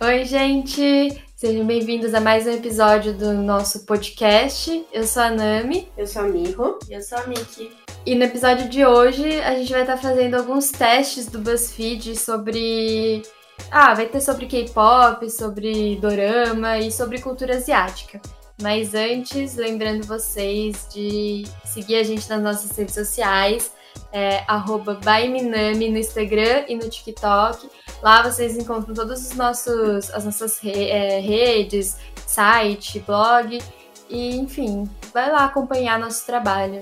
Oi, gente! Sejam bem-vindos a mais um episódio do nosso podcast. Eu sou a Nami Eu sou a Mirro. Eu sou a Miki. e no episódio de hoje a gente vai estar fazendo alguns testes do BuzzFeed sobre. Ah, vai ter sobre K-pop, sobre dorama e sobre cultura asiática. Mas antes, lembrando vocês de seguir a gente nas nossas redes sociais, é, arroba Baiminami no Instagram e no TikTok. Lá vocês encontram todas os nossos, as nossas re- é, redes, site, blog. E, enfim, vai lá acompanhar nosso trabalho.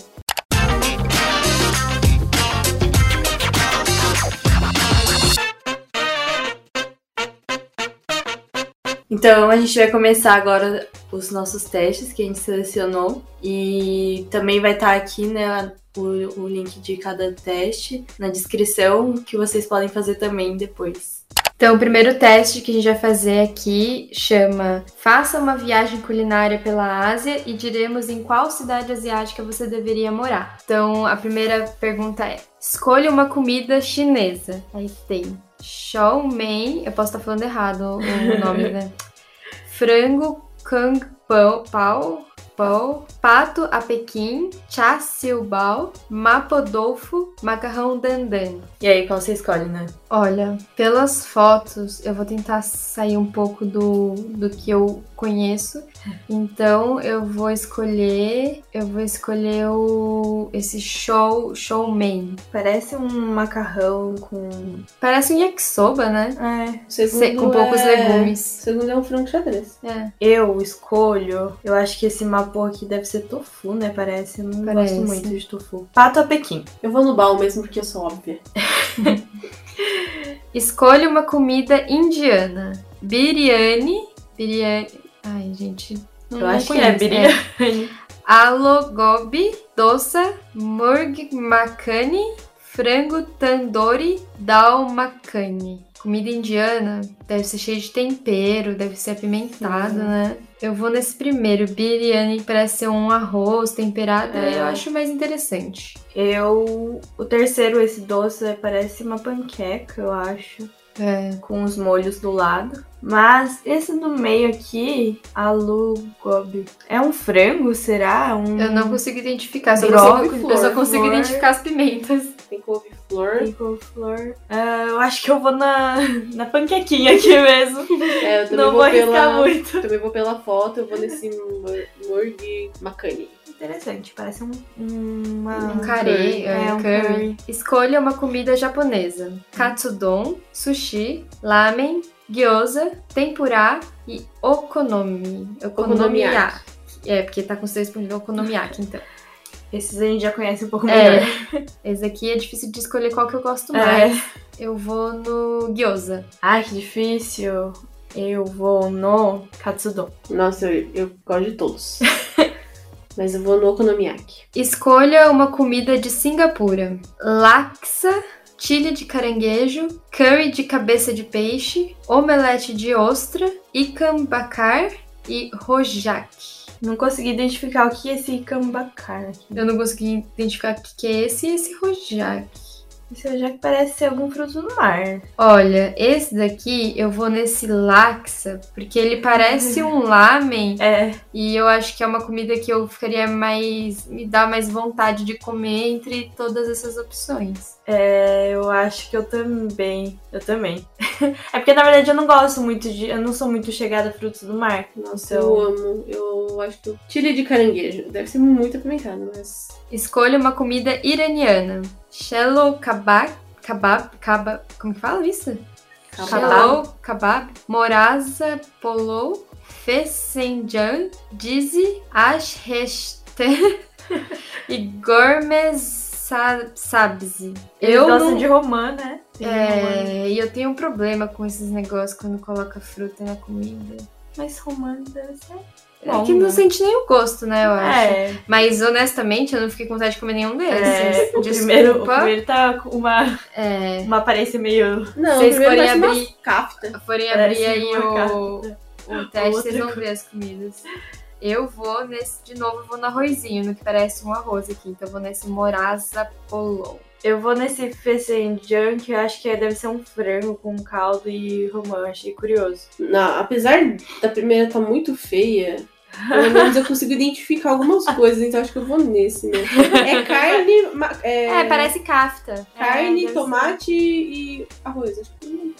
Então a gente vai começar agora os nossos testes que a gente selecionou. E também vai estar aqui, né, o, o link de cada teste na descrição, que vocês podem fazer também depois. Então, o primeiro teste que a gente vai fazer aqui chama Faça uma viagem culinária pela Ásia e diremos em qual cidade asiática você deveria morar. Então, a primeira pergunta é: Escolha uma comida chinesa. Aí tem Shou Mein, eu posso estar falando errado o nome, né? Frango Kang Pao, pau, pau, Pato a Pequim, Cha Siu Bao, Mapodolfo, Macarrão Dandan. E aí, qual você escolhe, né? Olha, pelas fotos, eu vou tentar sair um pouco do, do que eu conheço. Então, eu vou escolher, eu vou escolher o esse show, showman. Parece um macarrão com. Parece um yakisoba, né? É. O segundo Se- com poucos é- O legumes. segundo é um frango xadrez. É, Eu escolho. Eu acho que esse mapo aqui deve ser tofu, né? Parece. Eu não Parece. gosto muito de tofu. Pato a Pequim. Eu vou no bal mesmo porque eu sou óbvia. escolha uma comida indiana. Biryani, biryani. Ai, gente, não, Eu não acho que é conheço, biryani. Aloo gobi, dosa, murg makhani, frango tandoori, dal makhani. Comida indiana deve ser cheia de tempero, deve ser apimentado, Sim. né? Eu vou nesse primeiro, biryani parece ser um arroz temperado, É. eu acho mais interessante. Eu. O terceiro, esse doce, é- parece uma panqueca, eu acho. É. Com os molhos do lado. Mas esse do meio aqui, alu gobi. É um frango, será? Um... Eu não consigo identificar, só Brócolis, consigo, eu só flor, consigo flor. identificar as pimentas. Tem couve-flor. É. Couve-flor. Ah, eu acho que eu vou na, na panquequinha aqui mesmo. É, eu também não vou vou arriscar pela... muito. Também vou pela foto, eu vou nesse mor- morgue macani. Interessante, parece um. Uma... Um carê, é, Ah, É, um curry. curry. Escolha uma comida japonesa: katsudon, sushi, ramen, gyoza, tempurá e okonomi. Okonomiyaki. É, porque tá com seis pontos okonomiyaki, então. Esses a gente já conhece um pouco melhor. É. Esse aqui é difícil de escolher qual que eu gosto É. mais. Eu vou no gyoza. Ai, que difícil. Eu vou no Katsudon. Nossa, eu, eu gosto de todos. Mas eu vou no Okonomiyaki. Escolha uma comida de Singapura: laksa, chile de caranguejo, curry de cabeça de peixe, omelete de ostra, ikan bakar e rojak. Não consegui identificar o que é esse cambacar aqui. Eu não consegui identificar o que que é esse e esse rojak. Esse já que parece ser algum fruto do mar. Olha, esse daqui eu vou nesse laxa, porque ele parece um lamen É, e eu acho que é uma comida que eu ficaria mais. me dá mais vontade de comer entre todas essas opções. é, eu acho que eu também. Eu também. é porque, na verdade, eu não gosto muito de. Eu não sou muito chegada a frutos do mar. Nossa, eu Então- amo. Eu acho que. eu- Chile de caranguejo. Deve ser muito apimentado, mas. Escolha uma comida iraniana: shallow kabab. Kabab, kabab, como que fala isso? Shallow kabab, moraza polou, fesenjan, dizi, ashheshten e gourmet sa- sabzi. Eles Eu gostam não... de romã, né? Tem romã. É, e eu tenho um problema com esses negócios quando coloca fruta na comida. Mas romã deve ser. é que não sente nem o gosto, né, eu acho. É, Mas honestamente, eu não fiquei com vontade de comer nenhum deles. é, o, Desculpa. primeiro, o primeiro tá com uma, É, uma aparência meio. Não, Vocês primeiro forem parece abrir- uma cafta. forem Parece abrir aí uma o, o teste, Outra vocês vão ver as comidas. Eu vou nesse, de novo, eu vou no arrozinho, no que parece um arroz aqui. Então eu vou nesse moraza polou. Eu vou nesse fecenjan, que eu acho que é- deve ser um frango com caldo e romã. Achei curioso. Na- apesar da primeira tá muito feia, pelo menos eu consigo identificar algumas coisas, então acho que eu vou nesse mesmo. É carne, ma- é, É, parece kafta. carne, deve ser. tomate e arroz. Acho que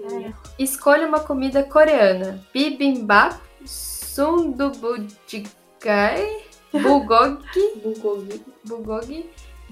não É. Escolha uma comida coreana. Bibimbap, sundubujigae, bulgogi, Bulgogi. bulgogi,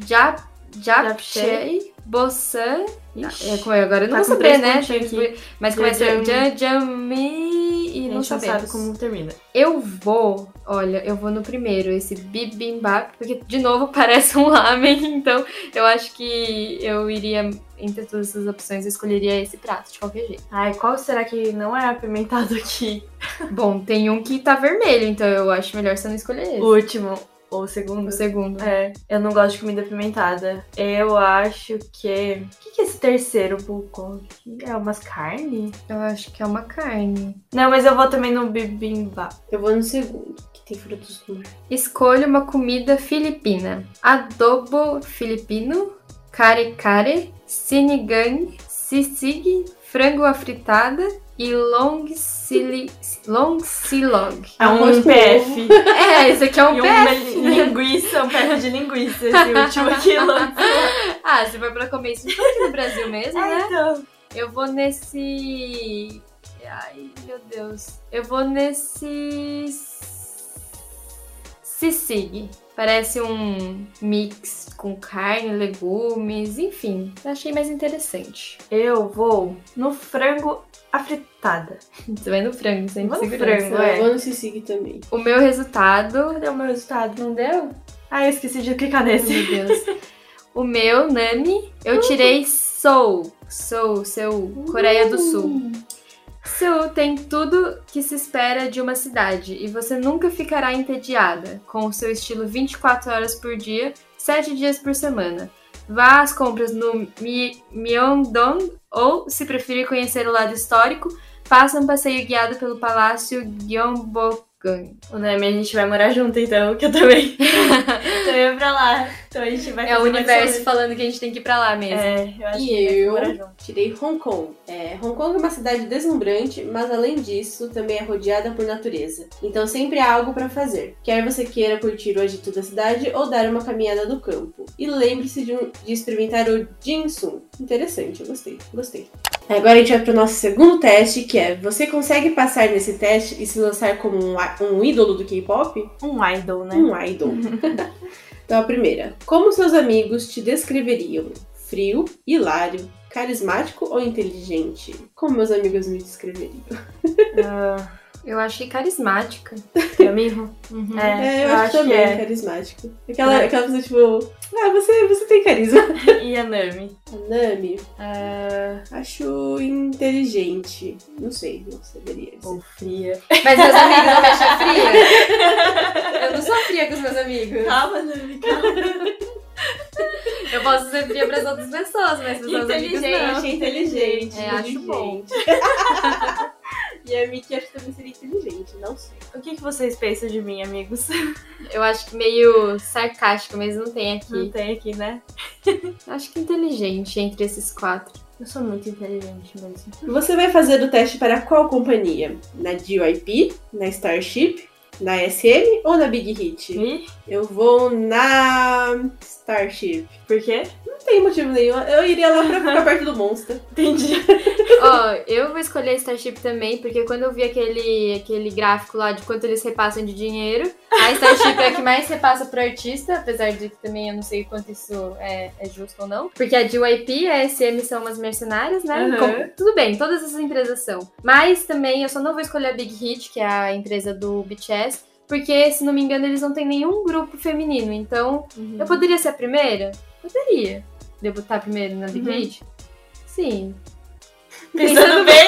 jap, japchae, bosan. É, Ixi. como é? agora eu não Tá vou com saber, três né? pontinhos Mas começa Jajam. jam, jami A e gente não não sabe sabemos. como termina. Eu vou, olha, eu vou no primeiro, esse bibimbap, porque de novo parece um ramen, então eu acho que eu iria, entre todas essas opções, eu escolheria esse prato de qualquer jeito. Ai, qual será que não é apimentado aqui? Bom, tem um que tá vermelho, então eu acho melhor você não escolher esse. O último ou o segundo? O segundo. É, eu não gosto de comida apimentada. Eu acho que. O que, que é esse terceiro bulgogi? É umas carne? Eu acho que é uma carne. Não, mas eu vou também no bibimbap. Eu vou no segundo, que tem frutos do mar. Escolha uma comida filipina. Adobo filipino, kare kare, sinigang, sisig, frango à fritada e long sili, long silog. É Arroz um com PF. É, esse aqui é um E pé. uma li- linguiça, um PF de linguiça, esse último aqui. Ah, você vai pra comer isso tudo aqui no Brasil mesmo, né? então. Eu vou nesse. Ai, meu Deus. Eu vou nesse. Sisig. Parece um mix com carne, legumes, enfim. Achei mais interessante. Eu vou no frango à fritada. Você vai no frango, sem Vou no segurança. frango, é. Eu vou no Sisig também. O meu resultado. Cadê o meu resultado? Não deu? Ah, eu esqueci de clicar Meu nesse. Deus. o meu, Nami, eu tirei Seoul. Seoul, Seul, Coreia É do Sul. Hum. Seul tem tudo que se espera de uma cidade e você nunca ficará entediada, com o seu estilo 24 horas por dia, 7 dias por semana. Vá às compras no Mi- Myeongdong ou, se preferir conhecer o lado histórico, faça um passeio guiado pelo Palácio Gyeongbokgung. O Nami, a gente vai morar junto, então, que eu também. também é pra lá. Então a gente vai É o fazer mais universo sobre. falando que a gente tem que ir pra lá mesmo. É, eu acho que E eu vai morar junto. tirei Hong Kong. É, Hong Kong é uma cidade deslumbrante, mas além disso, também é rodeada por natureza. Então sempre há algo pra fazer. Quer você queira curtir o agito da cidade ou dar uma caminhada no campo. E lembre-se de, um- de experimentar o Jinsun. Interessante, eu gostei, gostei. Agora a gente vai pro nosso segundo teste, que é: você consegue passar nesse teste e se lançar como um, a- um ídolo do K-pop? Um idol, né? Um idol. então a primeira. Como seus amigos te descreveriam? Frio, hilário, carismático ou inteligente? Como meus amigos me descreveriam? Ah, Eu achei carismática. teu amigo? É. É, eu, acho, também que carismático. Aquela, É. aquela pessoa tipo, ah, você, você tem carisma. é. E a Nami? A Nami, É. Ah, acho inteligente. Não sei, não saberia. dizer. ou fria. Mas meus amigos não me acham fria. Eu não sou fria com os meus amigos. Calma, Nami, calma. Eu posso ser fria pras outras pessoas, mas pros meus amigos não. Inteligente. inteligente. É, acho bom. e a Miki acho que também seria inteligente, não sei. O que, que vocês pensam de mim, amigos? Eu acho que meio sarcástico, mas não tem Não aqui. tem aqui, né? Acho que inteligente entre esses quatro. Eu sou muito inteligente mesmo. Você vai fazer o teste para qual companhia? Na DYP, na Starship, na SM ou na Big Hit? E? Eu vou na Starship. Por quê? Não tem motivo nenhum. Eu iria lá pra ficar perto do Monster. Entendi. Ó, eu vou escolher Starship também, porque quando eu vi aquele, aquele gráfico lá de quanto eles repassam de dinheiro, a Starship é a que mais repassa pro artista, apesar de que também eu não sei quanto isso é, é justo ou não. Porque a DYP e a SM são umas mercenárias, né? Aham. Com- tudo bem, todas essas empresas são. Mas também eu só não vou escolher a Big Hit, que é a empresa do BTS, porque, se não me engano, eles não têm nenhum grupo feminino. Então, Uhum. eu poderia ser a primeira? Poderia. Debutar primeiro na Big Uhum. Hit? Sim. Pensando bem.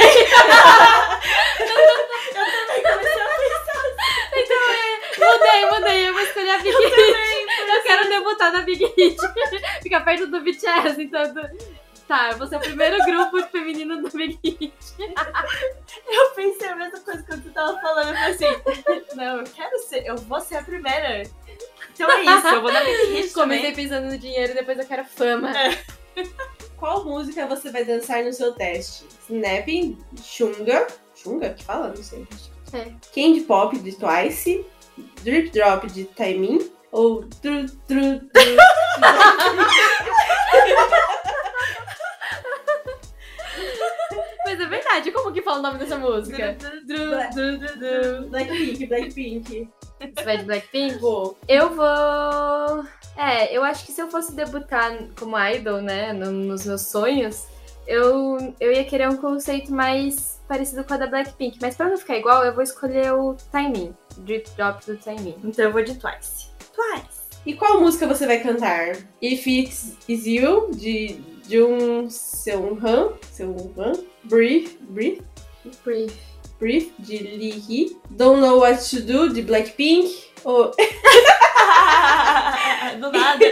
Mudei, mudei, eu assim. vou escolher a Big Hit. eu quero debutar na Big Hit. Ficar perto do BTS, então. do- Tá, eu vou ser o primeiro grupo feminino do Big Hit. Eu pensei a mesma coisa quando você tava falando. Eu falei assim, não, eu quero ser, eu vou ser a primeira. Então é isso, eu vou dar minha Comecei pensando no dinheiro, depois eu quero fama. Qual música você vai dançar no seu teste? Snapping, Xunga, Xunga que fala, não sei. É. Candy Pop de Twice, Drip Drop de Taemin ou Tru Tru Tru. Mas é verdade, como que fala o nome dessa música? também. Blackpink, Blackpink. Você vai de Blackpink? Vou. Eu vou. É, eu acho que se eu fosse debutar como idol, né, no- nos meus sonhos, eu, eu ia querer um conceito mais parecido com a da Blackpink. Mas pra não ficar igual, eu vou escolher o Timing. Drip Drop do Timing. Então eu vou de Twice. Twice. E qual música você vai cantar? If It Is You de Jung Seung Han, Seung Han, Breathe, Breathe. Brief. Brief de Lee Hee, Don't Know What to Do de Blackpink, Oh, ou Do nada.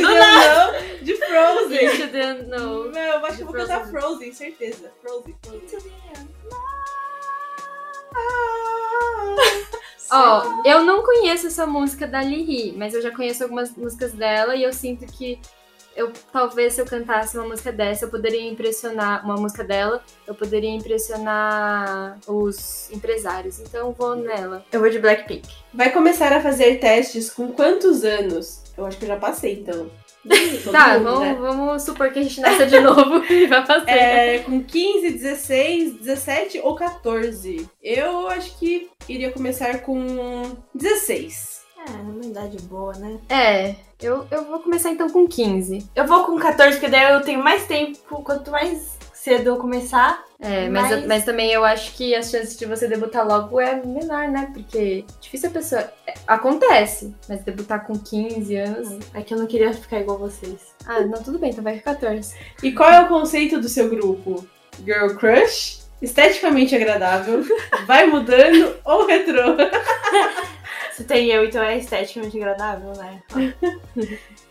Don't Know de Frozen. You didn't know. Meu, eu acho que eu vou Frozen. cantar Frozen, certeza. Frozen, Frozen. Ó, eu não conheço essa música da Lee Hee, mas eu já conheço algumas músicas dela e eu sinto que eu talvez se eu cantasse uma música dessa, eu poderia impressionar uma música dela, eu poderia impressionar os empresários. Então eu vou nela. Eu vou de Blackpink. Vai começar a fazer testes com quantos anos? Eu acho que eu já passei, então. Todo tá, mundo, vamos, né? vamos supor que a gente nasça de novo e vai fazer. É, com 15, 16, 17 ou 14? Eu acho que iria começar com 16. É, uma idade boa, né? É, eu, eu vou começar então com 15. Eu vou com 14, porque daí eu tenho mais tempo. Quanto mais cedo eu começar. É, mas, Mas- mas também eu acho que as chances de você debutar logo é menor, né? Porque difícil a pessoa. é, acontece, mas debutar com 15 anos. É que eu não queria ficar igual vocês. Ah, não, tudo bem, então vai com 14. E qual é o conceito do seu grupo? Girl crush? Esteticamente agradável? Vai mudando ou retrô? Se tem eu, então é esteticamente agradável, né?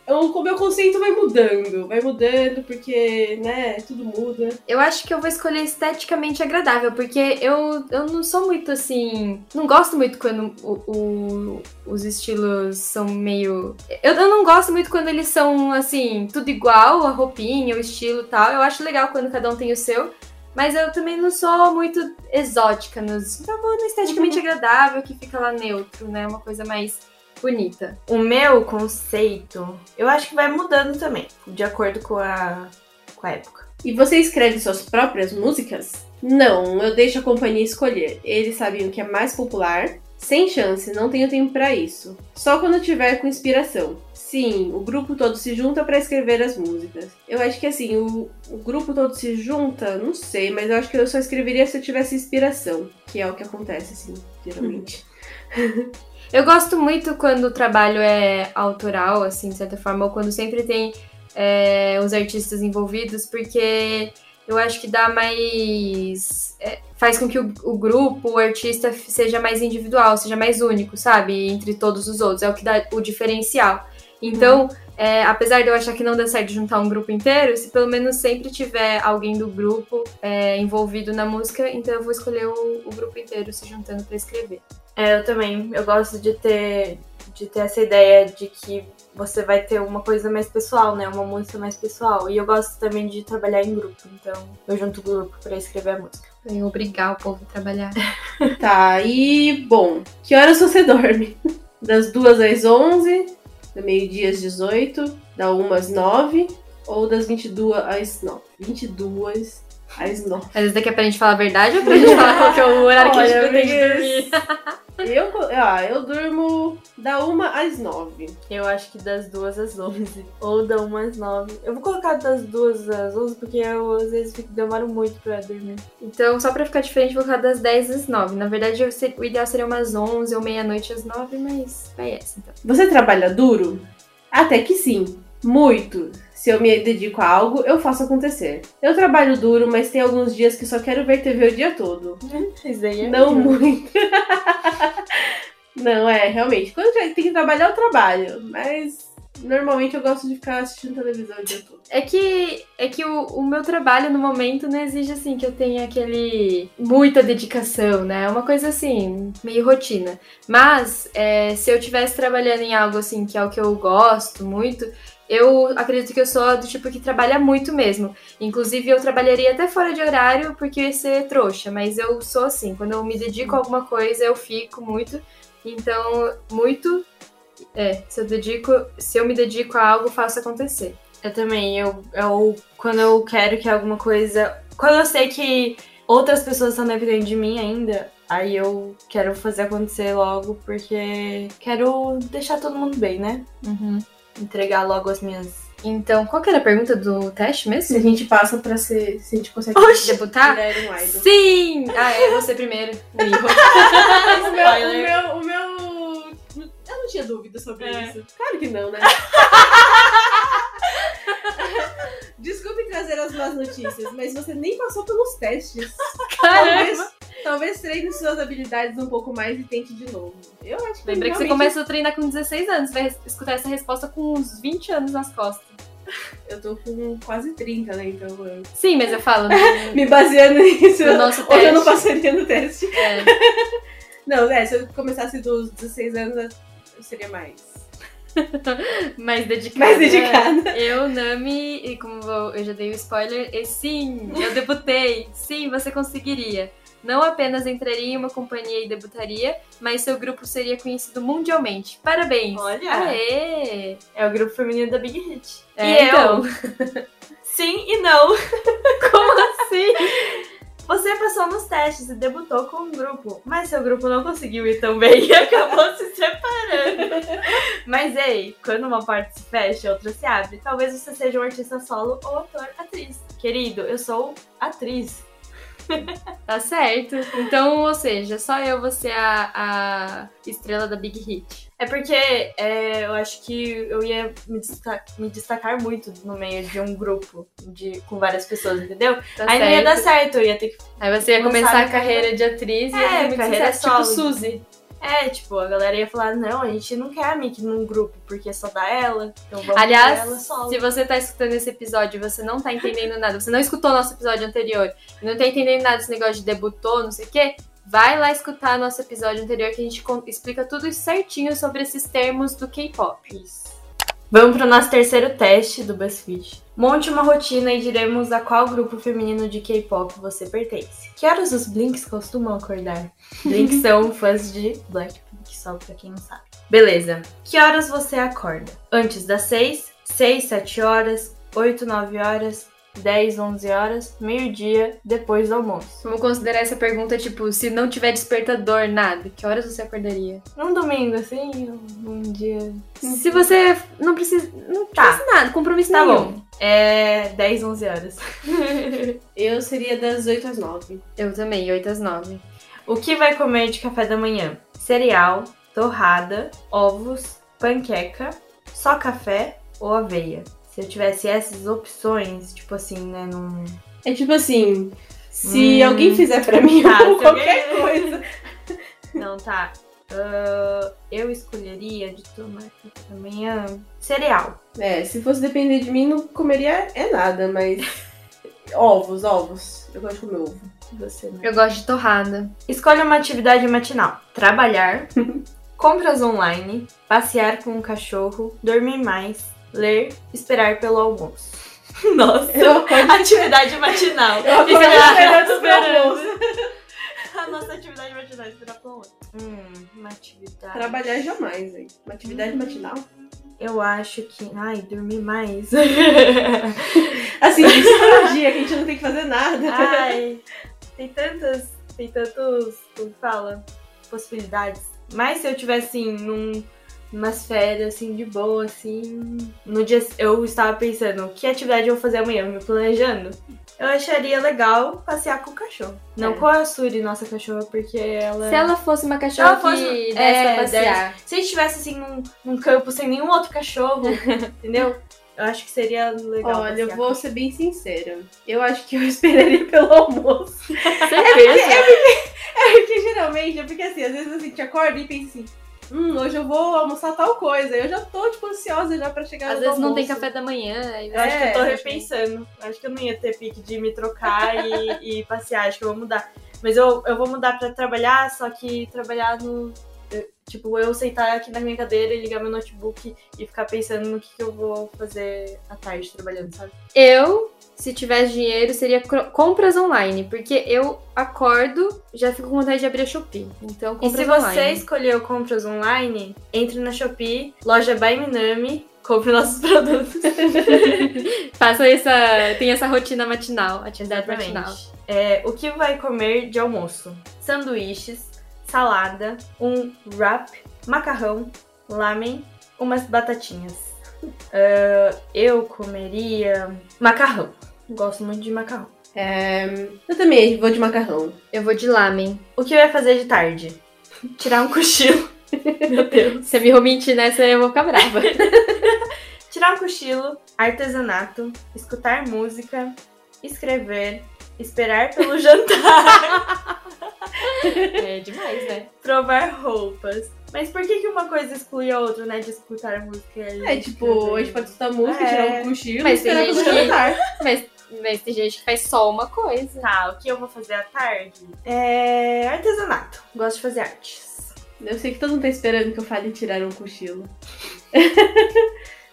O o meu conceito vai mudando, vai mudando porque, né, tudo muda. Eu acho que eu vou escolher esteticamente agradável, porque eu, eu não sou muito assim. Não gosto muito quando o- o- os estilos são meio. Eu, eu não gosto muito quando eles são assim, tudo igual, a roupinha, o estilo e tal. Eu acho legal quando cada um tem o seu. Mas eu também não sou muito exótica nos. Então eu vou no esteticamente agradável, que fica lá neutro, né? Uma coisa mais bonita. O meu conceito, eu acho que vai mudando também, de acordo com a, com a época. E você escreve suas próprias músicas? Não, eu deixo a companhia escolher. Eles sabem o que é mais popular. Sem chance, não tenho tempo pra isso. Só quando tiver com inspiração. Sim, o grupo todo se junta pra escrever as músicas. Eu acho que assim, o, o grupo todo se junta, não sei, mas eu acho que eu só escreveria se eu tivesse inspiração, que é o que acontece assim, geralmente. Eu gosto muito quando o trabalho é autoral, assim, de certa forma, ou quando sempre tem é, os artistas envolvidos, porque eu acho que dá mais. é, faz com que o, o grupo, o artista, f- seja mais individual, seja mais único, sabe? Entre todos os outros. É o que dá o diferencial. Então, é, apesar de eu achar que não dá certo juntar um grupo inteiro, se pelo menos sempre tiver alguém do grupo é, envolvido na música, então eu vou escolher o, o grupo inteiro se juntando pra escrever. É, eu também, eu gosto de ter, de ter essa ideia de que você vai ter uma coisa mais pessoal, né? Uma música mais pessoal. E eu gosto também de trabalhar em grupo, então eu junto o grupo pra escrever a música. E obrigar o povo a trabalhar. tá, e bom, que horas você dorme? Das 2 às 11, da meio-dia às 18, da 1 às 9 ou das 22 às 9? 22 às 9. Às vezes daqui é pra gente falar a verdade ou pra gente falar qual que é o horário que a gente Olha, pretende Miss. dormir? Eu, co- ah, eu durmo da 1 às 9. Eu acho que das duas às onze. Ou da uma às nove. Eu vou colocar das duas às onze, porque eu às vezes fico, demoro muito pra dormir. Então, só pra ficar diferente, vou colocar das 10 às 9. Na verdade, eu sei- o ideal seria umas 11 ou meia-noite às 9, mas vai essa então. Você trabalha duro? Até que sim, muito. Se eu me dedico a algo, eu faço acontecer. Eu trabalho duro, mas tem alguns dias que só quero ver TV o dia todo. Isso daí é Não muito. muito. Não, é, realmente. Quando tem que trabalhar, eu trabalho. Mas Normalmente eu gosto de ficar assistindo televisão o dia todo. É que, é que o, o meu trabalho no momento não exige assim que eu tenha aquele muita dedicação, né? É uma coisa assim, meio rotina. Mas é, se eu estivesse trabalhando em algo assim que é o que eu gosto muito, eu acredito que eu sou do tipo que trabalha muito mesmo. Inclusive, eu trabalharia até fora de horário porque eu ia ser trouxa, mas eu sou assim. Quando eu me dedico a alguma coisa, eu fico muito. Então, muito. É, se eu, dedico, se eu me dedico a algo, faço acontecer. Eu também, eu, eu quando eu quero que alguma coisa. Quando eu sei que outras pessoas estão dependendo de mim ainda, aí eu quero fazer acontecer logo, porque quero deixar todo mundo bem, né? Entregar logo as minhas. Então, qual que era a pergunta do teste Se a mesmo? gente passa pra ser. Se a gente consegue Debutar? virar um idol. Sim! Ah, é, você primeiro. Me errou. Mas o Spoiler. meu, o meu, o meu. Eu não tinha dúvida sobre É. isso. Claro que não, né? Desculpe trazer as más notícias, mas você nem passou pelos testes. Talvez, talvez treine suas habilidades um pouco mais e tente de novo. Eu acho que Lembra que você realmente- começou a treinar com 16 anos, vai escutar essa resposta com uns 20 anos nas costas. Eu tô com quase 30, né? Então, eu- Sim, mas eu falo. me baseando nisso, No nosso hoje eu teste. não passaria no teste. é, Não, né? Se eu começasse dos 16 anos, eu seria mais. é, mais dedicada. Mais dedicada. Eu, Nami, e como vou- eu já dei o spoiler, e sim, eu debutei. Sim, você conseguiria. Não apenas entraria em uma companhia e debutaria, mas seu grupo seria conhecido mundialmente. Parabéns! Olha! Aê! É o grupo feminino da Big Hit. É, e então. eu? Sim e não. Sim! Você passou nos testes e debutou com um grupo, mas seu grupo não conseguiu ir também e acabou se separando. mas ei, quando uma parte se fecha, a outra se abre. Talvez você seja um artista solo ou ator, atriz. Querido, eu sou atriz. Tá certo. Então, ou seja, só eu vou ser a, a estrela da Big Hit. É porque é, eu acho que eu ia me destacar, me destacar muito no meio de um grupo de, com várias pessoas, entendeu? Tá Aí não ia certo. dar certo, eu ia ter que. Aí você ia Lançar começar a minha carreira de atriz e É, ia ser muito carreira sucesso, tipo solo. Suzy. É, tipo, a galera ia falar: não, a gente não quer a Mickey num grupo, porque é só dá ela. Então vamos Aliás, dar ela solo. Se você tá escutando esse episódio e você não tá entendendo nada, você não escutou nosso episódio anterior, e não tá entendendo nada desse negócio de debutou, não sei o quê, vai lá escutar nosso episódio anterior que a gente con- explica tudo certinho sobre esses termos do K-pop. Isso. Vamos pro nosso terceiro teste do BuzzFeed. Monte uma rotina e diremos a qual grupo feminino de K-pop você pertence. Que horas os Blinks costumam acordar? Blinks são fãs de Blackpink, só pra quem não sabe. Beleza. Que horas você acorda? Antes das 6, 6, 7 horas, 8, 9 horas, 10, 11 horas, meio-dia, depois do almoço. Vamos considerar essa pergunta, tipo, se não tiver despertador, nada, que horas você acordaria? Num domingo, assim, um um dia... Se você não precisa. Não Tá. precisa nada, compromisso Tá nenhum. bom. É 10, 11 horas. Eu seria das 8 às 9. Eu também, 8 às 9. O que vai comer de café da manhã? Cereal, torrada, ovos, panqueca, só café ou aveia? Se eu tivesse essas opções, tipo assim, né, num... É tipo assim, se Hum. alguém fizer pra mim Tá, ou se qualquer alguém- coisa. Não, tá. Ahn, eu escolheria de tomar café da manhã cereal. É, se fosse depender de mim, não comeria é nada, mas. ovos, ovos. Eu gosto de comer ovo. E Você, né? Eu gosto de torrada. Escolha uma atividade matinal. Trabalhar, compras online, passear com o cachorro, dormir mais, ler, esperar pelo almoço. Nossa! Eu acordo. Atividade matinal. Eu acordo Esperar- esperando pro esperando. almoço. A nossa atividade matinal, é esperar pro almoço. Hum, uma atividade. Trabalhar jamais, hein? Uma atividade matinal. Eu acho que. Ai, dormir mais. Assim, psicologia, que a gente não tem que fazer nada. Ai. Tem tantas. Tem tantos. Como fala? Possibilidades. Mas se eu tivesse, assim, num. Umas férias, assim, de boa, assim. No dia. Eu estava pensando, que atividade eu vou fazer amanhã? Me planejando. Eu acharia legal passear com o cachorro. Não É. com a Suri, nossa cachorra, porque ela. Se ela fosse uma cachorra Se ela fosse- que desse é, pra passear. Se a gente tivesse assim num, num campo sem nenhum outro cachorro, entendeu? Eu acho que seria legal. Olha, eu é passear. vou ser bem sincera. Eu acho que eu esperaria pelo almoço. Certeza. É porque geralmente, é porque assim, às vezes assim, te acorda e pensa assim, hum, hoje eu vou almoçar tal coisa. Eu já tô, tipo, ansiosa já pra chegar Às no vezes não tem almoço. café da manhã. aí- Eu acho que eu tô É, repensando. Eu Acho que eu não ia ter pique de me trocar e, e passear. Acho que eu vou mudar. Mas eu, eu vou mudar pra trabalhar, só que trabalhar no. eu- Tipo, eu sentar aqui na minha cadeira e ligar meu notebook e ficar pensando no que, que eu vou fazer à tarde trabalhando, sabe? Eu, se tivesse dinheiro, seria cro- compras online, porque eu acordo, já fico com vontade de abrir a Shopee. Então, E compras se você online. escolheu compras online, entre na Shopee, loja By Minami, compre nossos produtos. Faça essa, tem essa rotina matinal, atividade matinal. É, o que vai comer de almoço? Sanduíches, salada, um wrap, macarrão, lamen, umas batatinhas. Ah, eu comeria macarrão. Gosto muito de macarrão. É, Eu também vou de macarrão. Eu vou de lamen. O que eu ia fazer de tarde? Tirar um cochilo. Meu Deus. Se me mentir nessa, eu vou ficar brava. Tirar um cochilo, artesanato, escutar música, escrever, esperar pelo jantar. é demais, né? provar roupas. Mas por que, que uma coisa exclui a outra, né? De escutar a música e É, tipo, a gente pode escutar música, É. tirar um cochilo, Mas tem esperar pelo gente que- jantar. Mas, mas tem gente que faz só uma coisa. Tá, o que eu vou fazer à tarde? É. artesanato. Gosto de fazer artes. Eu sei que todo mundo tá esperando que eu fale tirar um cochilo.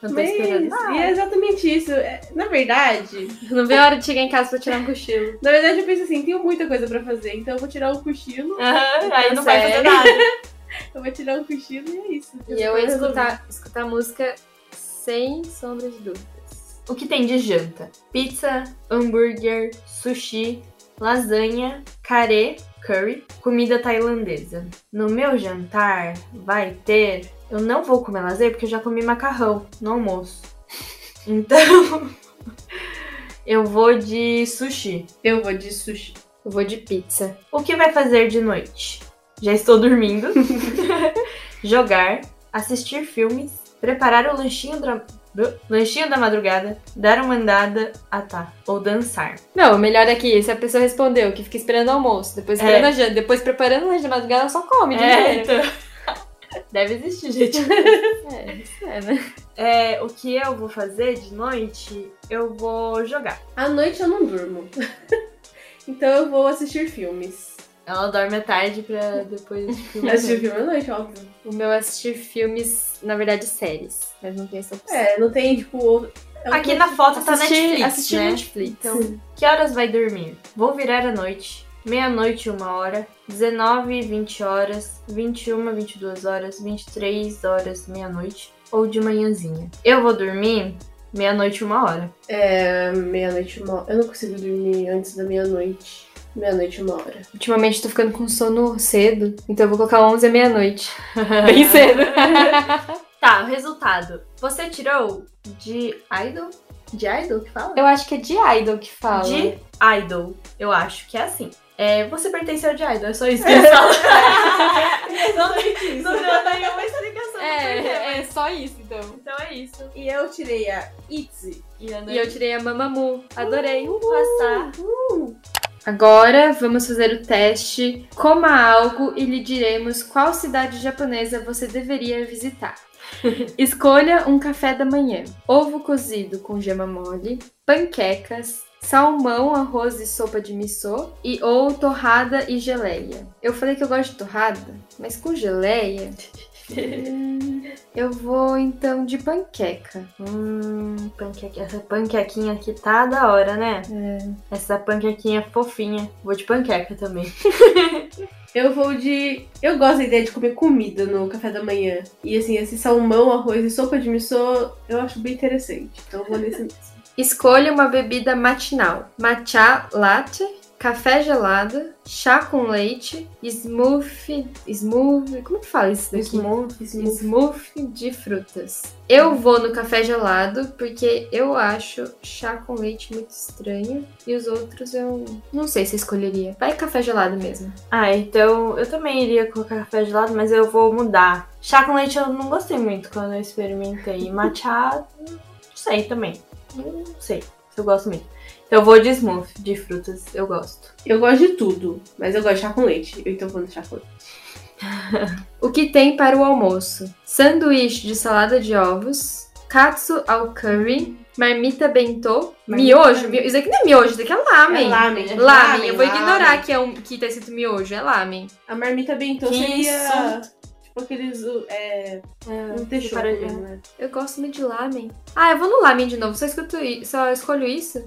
Não tô Mas, esperando. Ah. e é exatamente isso. É, Na verdade, Não vê a hora de chegar em casa pra tirar um cochilo. na verdade eu penso assim, tenho muita coisa pra fazer, então eu vou tirar um cochilo, Aham, aí não vai fazer Sério? nada. eu vou tirar um cochilo e é isso. E eu ia escutar, escutar música sem sombra de dúvidas. O que tem de janta? Pizza, hambúrguer, sushi, lasanha, carê, curry, comida tailandesa. No meu jantar vai ter. Eu não vou comer lasanha porque eu já comi macarrão no almoço. Então. eu vou de sushi. Eu vou de sushi. Eu vou de pizza. O que vai fazer de noite? Já estou dormindo. Jogar, assistir filmes, preparar o lanchinho da, lanchinho da madrugada, dar uma andada, ah tá, ou dançar. Não, o melhor aqui, se a pessoa respondeu que fica esperando o almoço, depois esperando É. a janta, depois preparando o lanche da madrugada, ela só come de É, inteiro. então... Deve existir, gente. É, isso é, né? É, o que eu vou fazer de noite? Eu vou jogar. À noite eu não durmo. então eu vou assistir filmes. Ela dorme à tarde pra depois Uhum. tipo, Assistir filme à noite, óbvio. O meu é assistir filmes, na verdade, séries. Mas não tem essa opção. É, não tem, tipo. outro- é um Aqui na foto tá Assistir Netflix, assistir né? Netflix. Então, que horas vai dormir? Vou virar à noite, meia-noite, uma hora, 19, 20 horas, 21, 22 horas, 23 horas, meia-noite, ou de manhãzinha. Eu vou dormir meia-noite, uma hora. É, meia-noite, uma hora. Eu não consigo dormir antes da meia-noite. Meia-noite, uma hora. Ultimamente tô ficando com sono cedo, então eu vou colocar 11 à meia-noite. Bem cedo. Tá, o resultado. Você tirou de idol? De idol que fala? eu acho que é de idol que fala. É. De idol, eu acho que é assim. É, você pertenceu de idol, é só isso que eu falo. não tem não deu nenhuma explicação. do porquê, É, é mas- só isso, então. Então é isso. E eu tirei a Itzy. E a E eu tirei a Mamamoo. Adorei. passar. Agora vamos fazer o teste. Coma algo e lhe diremos qual cidade japonesa você deveria visitar. Escolha um café da manhã: ovo cozido com gema mole, panquecas, salmão, arroz e sopa de missô e ou torrada e geleia. Eu falei que eu gosto de torrada, mas com geleia. hum, eu vou então de panqueca. Hum, panqueca. Essa panquequinha aqui tá da hora, né? É. Essa panquequinha é fofinha. Vou de panqueca também. Eu vou de. Eu gosto da ideia de comer comida no café da manhã. E assim, esse salmão, arroz e sopa de missô, eu acho bem interessante. Então eu vou nesse mesmo. Escolha uma bebida matinal: matcha latte, café gelado, chá com leite, smoothie, smoothie, como que fala isso daqui? Smoothie. Smoothie de frutas. Eu vou no café gelado porque eu acho chá com leite muito estranho e os outros eu não sei se eu escolheria. Vai café gelado mesmo. Ah, então eu também iria colocar café gelado, mas eu vou mudar. Chá com leite eu não gostei muito quando eu experimentei. Matcha, hum, não sei também. Hum, Não sei se eu gosto muito. Então eu vou de smoothie de frutas, eu gosto. Eu gosto de tudo, mas eu gosto de chá com leite. Eu, Então eu vou no chá com leite. O que tem para o almoço? Sanduíche de salada de ovos, katsu ao curry, marmita bentô, Marmita miojo. mi- Isso aqui não é miojo, isso aqui é lamen. É lamen. é Lamen, eu vou lamen. ignorar que, é um, que tá escrito miojo, é lamen. A marmita bentô Que seria tipo aqueles. uh, É, um texugo, para- é. né? Eu gosto muito de lamen. Ah, eu vou no lamen de novo, só, escuto, i- só escolho isso.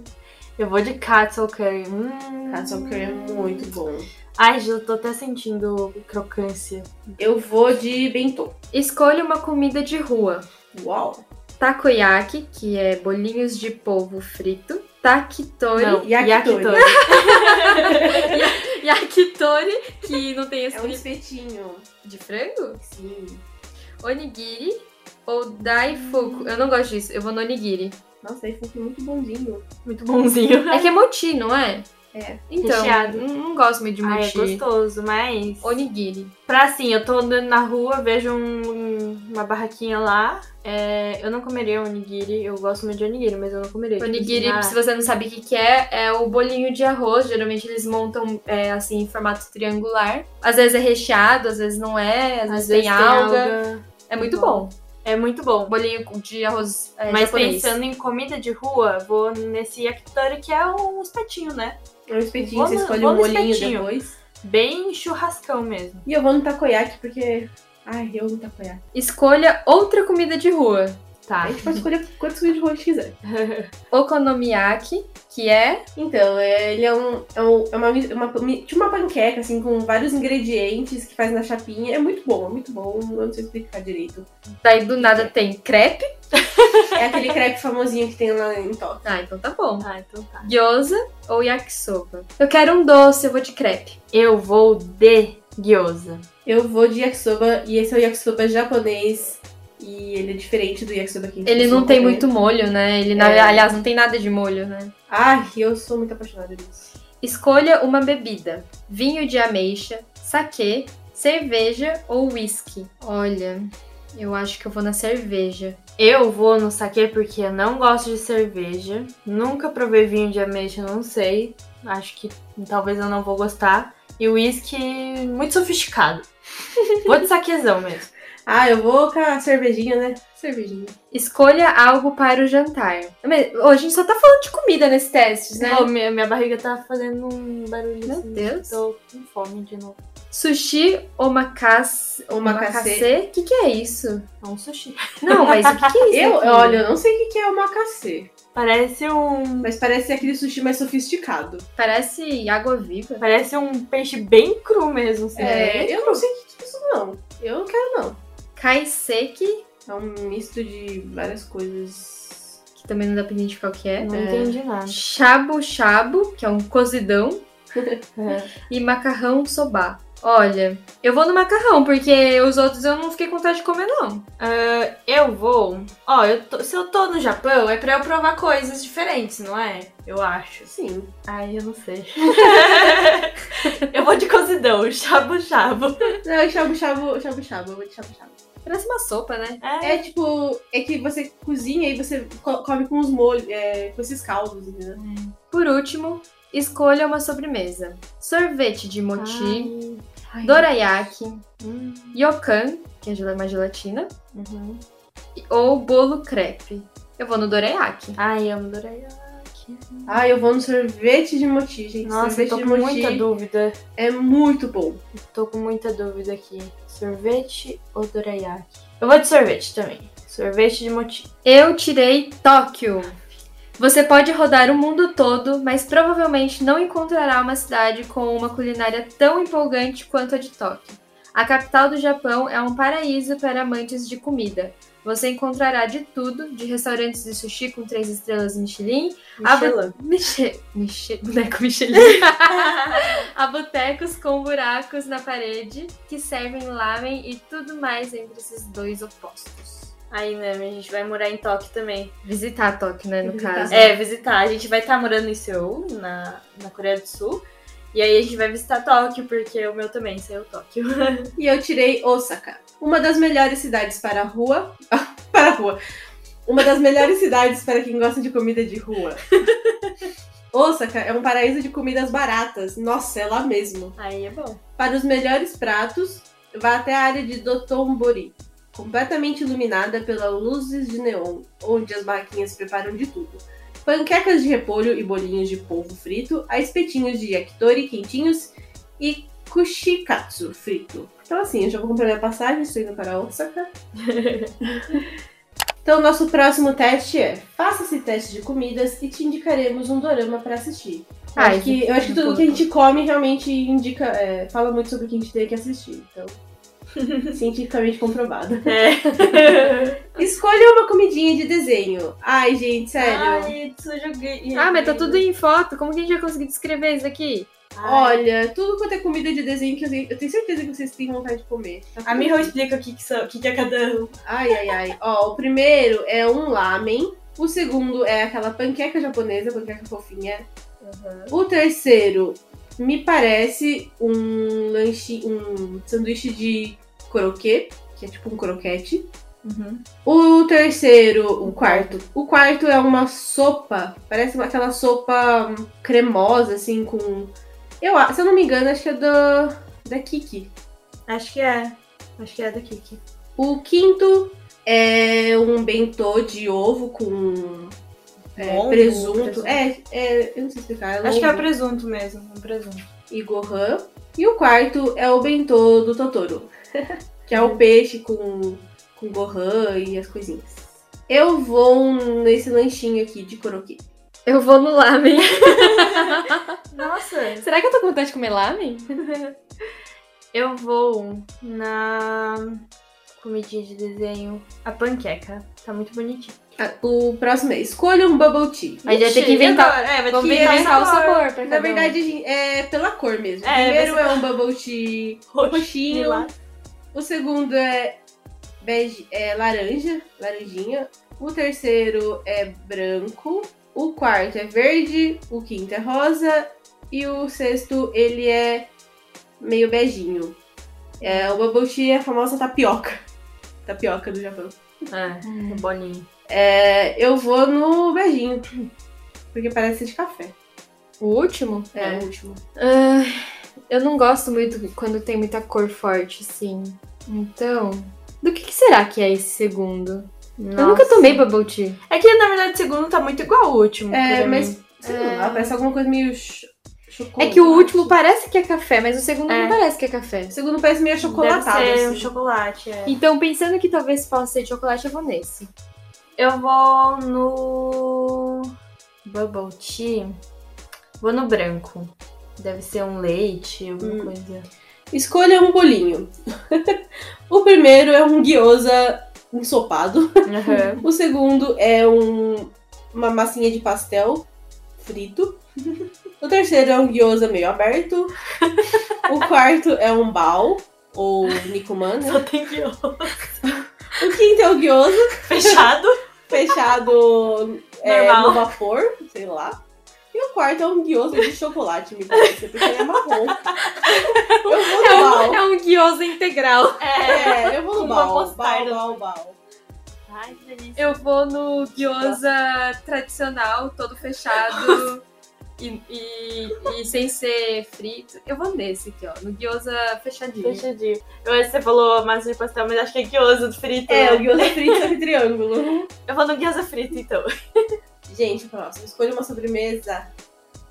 Eu vou de katsu curry. Hum. Castle Curry é muito bom. Ai, já tô até sentindo crocância. Eu vou de bentô. Escolho uma comida de rua. Uau! Takoyaki, que é bolinhos de polvo frito. Takitori. Não, yakitori. yakitori. Yakitori, que não tem É um escrito. espetinho. De frango? Sim. Onigiri ou Daifuku. Eu não gosto disso, eu vou no onigiri. Nossa, aí ficou muito bonzinho. Muito bonzinho. É que é moti, não é? É. Então, Recheado. não, não gosto muito de Ai, é moti. gostoso, mas... onigiri. Pra assim, eu tô andando na rua, vejo um- uma barraquinha lá. É, eu não comeria onigiri, eu gosto muito de onigiri, mas eu não comeria. tipo Onigiri, assim, ah, se você não sabe o que, que é, é o bolinho de arroz. Geralmente eles montam é, assim em formato triangular. Às vezes é recheado, às vezes não ah, é, às, vezes, tem, alga. É muito bom. É muito bom. Bolinho de arroz é, mas japonês. pensando em comida de rua, vou nesse yakitori que é um espetinho, né? É um espetinho, Vou você no- escolhe vou um no molhinho espetinho. depois. Bem churrascão mesmo. E eu vou no takoyaki, porque... Ai, eu amo takoyaki. Escolha outra comida de rua. Tá. A gente pode escolher quantos vídeos de rosto quiser. Okonomiyaki, que é Então, é- ele é um... É, um- é uma, uma, tipo uma panqueca, assim, com vários ingredientes que faz na chapinha. É muito bom, é muito bom. Eu não sei explicar direito. daí do nada tem crepe. É aquele crepe famosinho que tem lá em Tóquio. Ah, então tá bom. Ah, então tá. Gyoza ou yakisoba? Eu quero um doce, eu vou de crepe. Eu vou de gyoza. Eu vou de yakisoba, e esse é o yakisoba japonês. E ele é diferente do yakisoba que a gente Ele não costuma tem comer. muito molho, né? Ele, na- É. aliás, não tem nada de molho, né? Ai, eu sou muito apaixonada nisso. Escolha uma bebida: vinho de ameixa, saquê, cerveja ou whisky. Olha, eu acho que eu vou na cerveja. Eu vou no saquê porque eu não gosto de cerveja. Nunca provei vinho de ameixa, não sei. Acho que talvez eu não vou gostar. E uísque muito sofisticado. vou de saquezão mesmo. Ah, eu vou com a cervejinha, né? Cervejinha. Escolha algo para o jantar. Mas, ô, a gente só tá falando de comida nesse teste, né? Ô, minha, minha barriga tá fazendo um barulho Meu assim. Deus. Tô com fome de novo. Sushi ou macacê? Ou macacê. O que, que é isso? É um sushi. Não, mas o que, que é isso? Eu, aqui? olha, eu não sei o que que é o macacê, Parece um. mas parece aquele sushi mais sofisticado. Parece água viva. Parece um peixe bem cru mesmo, assim. É, eu não sei o que que é isso, não. Eu não quero, não. Kaiseki, É um misto de várias coisas. que também não dá pra identificar o que é. Não É. entendi nada. Shabu shabu, que é um cozidão. É. E macarrão sobá. Olha, eu vou no macarrão, porque os outros eu não fiquei com vontade de comer, não. Eu vou. Ó, eu tô- se eu tô no Japão, é pra eu provar coisas diferentes, não é? Eu acho. Sim. Ai, eu não sei. eu vou de cozidão, chabo chabo. Não, é shabu shabu, shabu shabu, eu vou de shabu shabu. Parece uma sopa, né? É, É tipo, é que você cozinha e você co- come com os molhos, é, com esses caldos, entendeu? Por último, escolha uma sobremesa. Sorvete de É, moti, Ai. dorayaki, Hum, yokan, que é gel- uma gelatina, uhum. e- ou bolo crepe. Eu vou no dorayaki. Ai, amo dorayaki. Ah, eu vou no sorvete de moti, gente. Nossa, eu sorvete tô de com muita moti dúvida. é muito bom. Tô com muita dúvida aqui. Sorvete ou dorayaki? Eu vou de sorvete também. Sorvete de moti. Eu tirei Tóquio. Você pode rodar o mundo todo, mas provavelmente não encontrará uma cidade com uma culinária tão empolgante quanto a de Tóquio. A capital do Japão é um paraíso para amantes de comida. Você encontrará de tudo, de restaurantes de sushi com três estrelas Michelin, Ah, Michelin. Miche... Miche... boneco Michelin, a botecos com buracos na parede que servem lamen e tudo mais entre esses dois opostos. Aí, né, a gente vai morar em Tóquio também. Visitar Tóquio, né, no Visitar. caso. É, visitar. A gente vai estar morando em Seul, na, na Coreia do Sul. E aí a gente vai visitar Tóquio, porque o meu também saiu Tóquio. E eu tirei Osaka, uma das melhores cidades para a rua. para a rua. Uma das melhores cidades para quem gosta de comida de rua. Osaka é um paraíso de comidas baratas. Nossa, é lá mesmo. Aí é bom. Para os melhores pratos, Vá até a área de Dotombori, completamente iluminada pelas luzes de neon, onde as barraquinhas preparam de tudo. Panquecas de repolho e bolinhos de polvo frito, a espetinhos de yakitori quentinhos e kushikatsu frito. Então assim, eu já vou comprar minha passagem, estou indo para Osaka. então nosso próximo teste é, faça esse teste de comidas e te indicaremos um dorama para assistir. Eu Ai, acho que, eu acho que tudo que a gente come realmente indica, é, fala muito sobre o que a gente tem que assistir. Então, cientificamente comprovado. Escolha uma comidinha de desenho. Ai, gente, sério. Ai, Tsujugi. Ah, mas tá tudo em foto. Como que a gente vai conseguir descrever isso aqui? Ai. Olha, tudo quanto é comida de desenho que eu tenho, eu tenho certeza que vocês têm vontade de comer. Tá A tudo Miho aqui. explica o que, que, são, o que, que é cada um. Ai, ai, ai. Ó, o primeiro é um lamen. O segundo é aquela panqueca japonesa, panqueca fofinha. O terceiro me parece um lanche, um sanduíche de croquet, que é tipo um croquete. Uhum. O terceiro, o quarto. O quarto é uma sopa. Parece uma- aquela sopa hum, cremosa, assim, com. Eu, a- se eu não me engano, acho que é da, da Kiki. Acho que é. Acho que é da Kiki. O quinto é um bentô de ovo com é, Ovo, presunto. presunto. É, é, eu não sei explicar. É Acho que é ovo presunto mesmo. Um presunto. e gohan. E o quarto é o bentô do Totoro, que é o peixe com, com gohan e as coisinhas. Eu vou nesse lanchinho aqui de coroquê. Eu vou no lamen. Nossa! Será que eu tô com vontade de comer lamen? Eu vou. Na comidinha de desenho, a panqueca. Tá muito bonitinha. Ah, O próximo é escolha um bubble tea. A gente vai ter que inventar. Agora? É, vai ter Vamos que inventar o sabor pra Na cada um. verdade, gente, é pela cor mesmo. O É, primeiro vai é um bubble tea roxinho. O segundo é, bege, é laranja, laranjinha. O terceiro é branco. O quarto é verde. O quinto é rosa. E o sexto, ele é meio beijinho. É, o bubble tea é a famosa tapioca. Tapioca do Japão. É, hum. bolinho. É, eu vou no beijinho. Porque parece de café. O último? É, o último. Ah, eu não gosto muito quando tem muita cor forte, assim. Então. Do que, que será que é esse segundo? Eu nunca tomei bubble tea. É que na verdade o segundo tá muito igual ao último. É, pra mim. mas é. sei lá, parece alguma coisa meio cho- É chocolate. que o último parece que é café, mas o segundo É. não parece que é café. O segundo parece meio chocolatado. Deve ser um assim. chocolate, é. Então, pensando que talvez possa ser de chocolate, eu vou nesse. Eu vou no. Bubble tea. Vou no branco. Deve ser um leite, alguma Hum. coisa. Escolha um bolinho. o primeiro é um guiosa ensopado. Aham. O segundo é um- uma massinha de pastel frito. O terceiro é um guiosa meio aberto. O quarto é um bal ou nikuman. né? Só tem que O quinto é o guiosa fechado. fechado é, Normal. no vapor, sei lá. E o quarto é um guiosa de chocolate, me parece, porque ele é marrom. Eu vou no bal. É um guiosa integral. É, eu vou no Uma bal, bal, mostarda. bal, bal. Ai, que delícia. Eu vou no guiosa tradicional, todo fechado e, e- e sem ser frito. Eu vou nesse aqui, ó. No guiosa fechadinho. Fechadinho. Eu acho que você falou massa de pastel, mas acho que é guioso do frito. É, o né? guiosa frito é triângulo. Eu vou no guioso frito, então. Gente, próximo. Escolha uma sobremesa.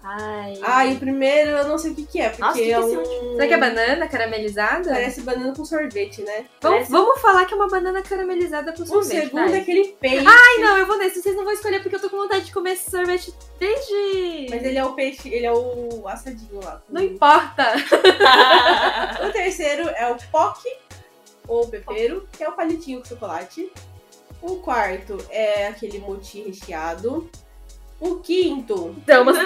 Ai. Ai, o primeiro eu não sei o que que é, porque Nossa, que que é é esse um... Será que é banana caramelizada? Parece banana com sorvete, né? Vamos, parece- vamos falar que é uma banana caramelizada pro O sorvete. segundo é vai. aquele peixe, Ai, não, eu vou nesse. Vocês não vão escolher porque eu tô com vontade de comer esse sorvete desde. mas ele é o peixe, ele é o assadinho lá. Não importa. O terceiro é o poke, ou pepero, que é o palitinho com chocolate. O quarto é aquele moti recheado. O quinto Então, umas,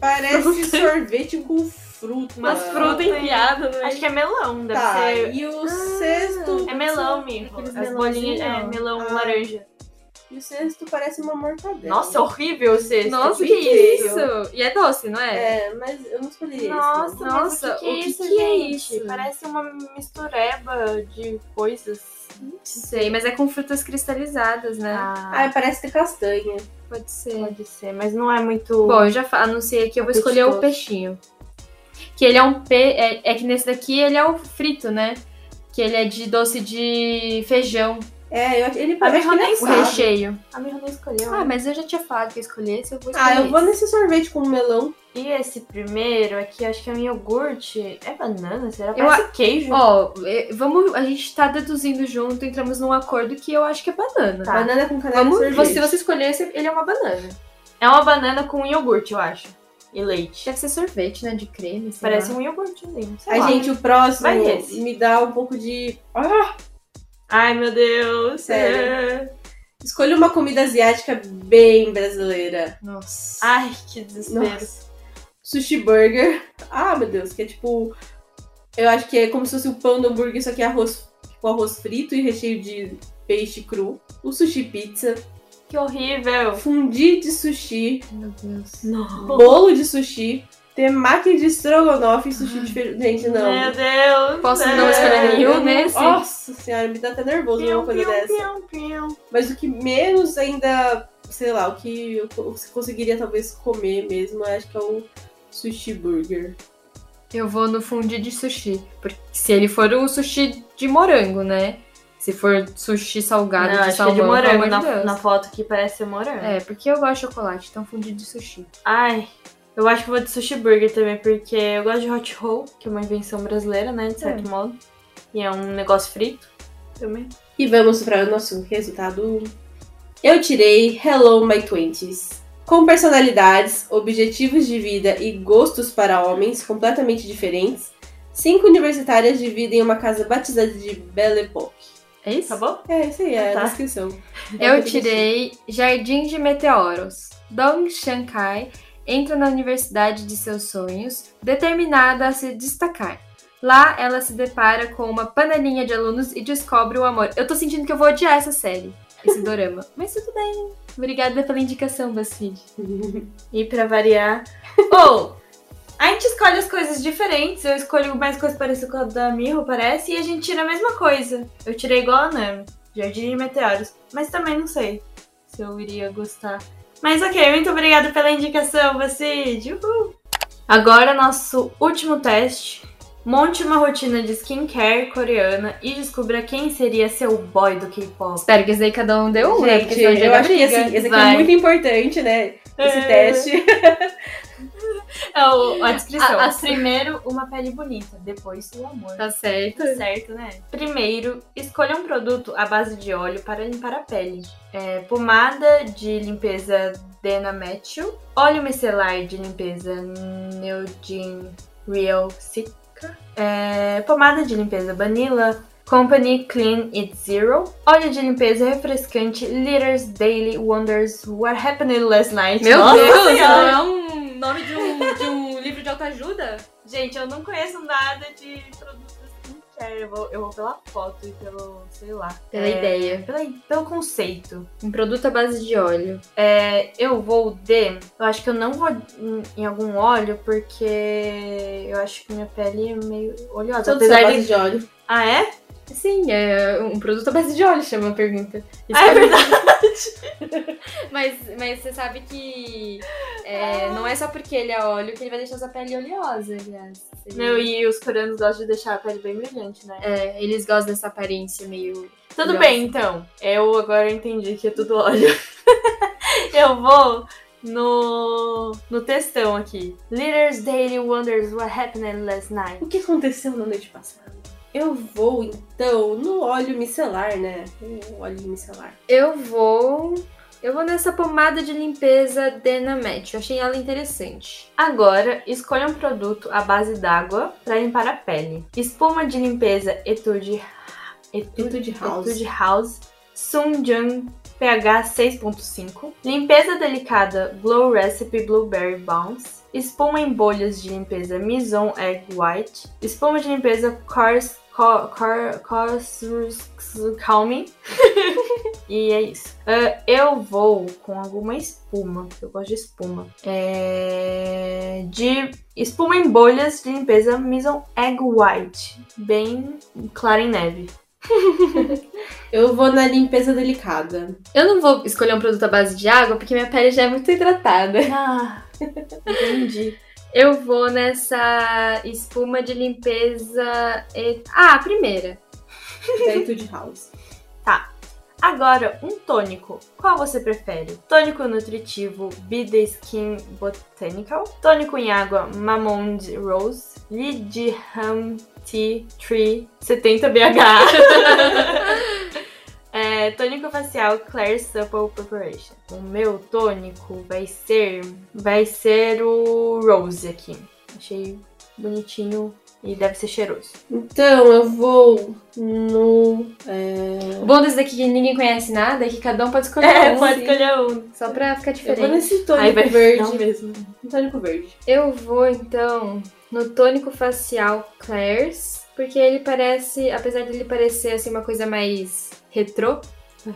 parece sorvete com fruta. umas frutas enfiadas. acho que é melão, deve Tá, ser. e o sexto. É melão, mijo. Aqueles As bolinhas é melãozinhos. melão Ah. laranja. E o sexto parece uma mortadela. Nossa, horrível esse. Nossa, que, isso? E é doce, não é? É, mas eu não escolhi esse. Nossa, Nossa, mas o que, que, é, o que isso, que é gente? isso? Parece uma mistureba de coisas. né? Não sei, mas é com frutas cristalizadas, né? Ah, Ai, parece ter castanha. Pode ser. pode ser, mas não é muito. Bom, eu já fa- anunciei aqui, eu vou escolher o Apetitoso. peixinho. Que ele é um pe... é, é que nesse daqui ele é o frito, né? que ele é de doce de feijão, É, eu, ele Tá A parece que minha nem nem o sabe. recheio. A minha não escolheu. Ah, mas eu já tinha falado que eu escolhesse, eu vou escolher. Ah, eu vou esse. nesse sorvete com melão. E esse primeiro aqui, acho que é um iogurte. É banana? Será? Eu Parece queijo. Ó, eh, vamos. A gente tá deduzindo junto, entramos num acordo que eu acho que é banana. Tá. Banana com canela e Vamos, sorvete. se você escolher, esse, ele é uma banana. É uma banana com iogurte, eu acho. E leite. Deve ser sorvete, né? De creme. sei Parece lá. um iogurtezinho. sei Ai, lá. gente, o próximo Vai nesse. me dá um pouco de. Ah, Ai, meu Deus. Sério. escolha uma comida asiática bem brasileira. um- Nossa. Ai, que desespero. Sushi burger. Ah, meu Deus, que é tipo. Eu acho que é como se fosse o pão do hambúrguer, só que é arroz, tipo, arroz frito e recheio de peixe cru. O sushi pizza. Que horrível. Fundi de sushi. Meu Deus. Não. Bolo de sushi. Temaki de estrogonofe e sushi de feijão. Gente, não. Meu Deus. Posso é. não escolher nenhum nesse? Nossa senhora, me dá até nervoso uma Piu, coisa piu, dessa. piu, piu. Mas o que menos ainda, sei lá, o que eu co- conseguiria talvez comer mesmo, eu acho que é o sushi burger. Eu vou no fundi de sushi. Porque se ele for o sushi de morango, né? Se for sushi salgado Não, de acho que é salmão, de pelo morango amor de na, Deus. na foto que parece ser morango. É, porque eu gosto de chocolate, então fundi de sushi. Ai, eu acho que vou de sushi burger também, porque eu gosto de hot roll, que é uma invenção brasileira, né? De certo modo. E é um negócio frito também. E vamos para o nosso resultado. Eu tirei Hello My Twenties. Com personalidades, objetivos de vida e gostos para homens completamente diferentes, cinco universitárias dividem uma casa batizada de Belle Époque. É isso? Acabou? É, isso aí, é Tá. a descrição. Eu tirei Jardim de Meteoros. Dong Shankai entra na universidade de seus sonhos, determinada a se destacar. Lá, ela se depara com uma panelinha de alunos e descobre o amor. Eu tô sentindo que eu vou odiar essa série, esse dorama. Mas tudo bem. Obrigada pela indicação, BuzzFeed. E pra variar. Ou! A gente escolhe as coisas diferentes, eu escolho mais coisas parecidas com a da Mirro, parece, e a gente tira a mesma coisa. Eu tirei igual a Nami, Jardim de Meteoros. Mas também não sei se eu iria gostar. Mas ok, muito obrigada pela indicação, Bacid. Uhul! Agora, nosso último teste. Monte uma rotina de skincare coreana e descubra quem seria seu boy do K-pop. Espero que esse daí cada um deu um, né? Porque Gente, senão já eu dá acho que briga. assim, esse aqui Vai. é muito importante, né? Esse É. teste. É o- a descrição. A- a- Primeiro, uma pele bonita, depois o amor. Tá certo. Tá certo, né? Primeiro, escolha um produto à base de óleo para limpar a pele. É, pomada de limpeza Denamethyl, óleo micelar de limpeza Neodin Real Silica, é, pomada de limpeza Vanilla, Company Clean It Zero, óleo de limpeza refrescante Liters Daily Wonders What Happened Last Night. Meu Nossa Deus, Senhora! não é um nome de um, de um livro de autoajuda? Gente, eu não conheço nada de produtos skincare. Eu vou, eu vou pela foto e pelo, sei lá. Pela É, ideia. pela- pelo conceito. Um produto à base de óleo. É, eu vou de. Eu acho que eu não vou em, em algum óleo, porque eu acho que minha pele é meio oleosa. Todos à Apesar de. base de óleo. Ah, é? Sim, é um produto à base de óleo, chama a pergunta. Ah, é verdade. Mas, mas você sabe que é, não é só porque ele é óleo que ele vai deixar sua pele oleosa, aliás. Ele- Meu, e os coreanos gostam de deixar a pele bem brilhante, né? É, eles gostam dessa aparência meio. Tudo Nossa. bem, então. Eu agora entendi que é tudo óleo. eu vou no, no textão aqui. Leaders Daily Wonders What Happened Last Night. O que aconteceu na noite passada? Eu vou, então, no óleo micelar, né? O óleo micelar. Eu vou. Eu vou nessa pomada de limpeza Denamet. Eu achei ela interessante. Agora, escolha um produto à base d'água para limpar a pele. Espuma de limpeza Etude, Etude, Etude House. Etude House Sunjang pH 6.5. Limpeza delicada Glow Recipe Blueberry Bounce. Espuma em bolhas de limpeza Mison Egg White. Espuma de limpeza Cors, Cor, Cor, Cor, Calming. E é isso. Ah, eu vou com alguma espuma, porque eu gosto de espuma. É... De espuma em bolhas de limpeza Mison Egg White. Bem clara em neve. Eu vou na limpeza delicada. Eu não vou escolher um produto à base de água porque minha pele já é muito hidratada. Ah, entendi. Eu vou nessa espuma de limpeza. e- Ah, a primeira. da Etude House. Agora, um tônico. Qual você prefere? Tônico nutritivo Be The Skin Botanical? Tônico em água Mamond Rose? Lidham Tea Tree 70 BH? É, tônico facial Claire Supple Preparation. O meu tônico vai ser... Vai ser o Rose aqui. Achei bonitinho e deve ser cheiroso. Então eu vou no. é, O bom desse daqui que ninguém conhece nada é que cada um pode escolher É, um, pode sim. escolher um. Só pra ficar Eu vou diferente. nesse tônico Aí vai verde. não mesmo. Um tônico verde. Eu vou então no tônico facial Claire's, porque ele parece, apesar dele parecer assim uma coisa mais retrô.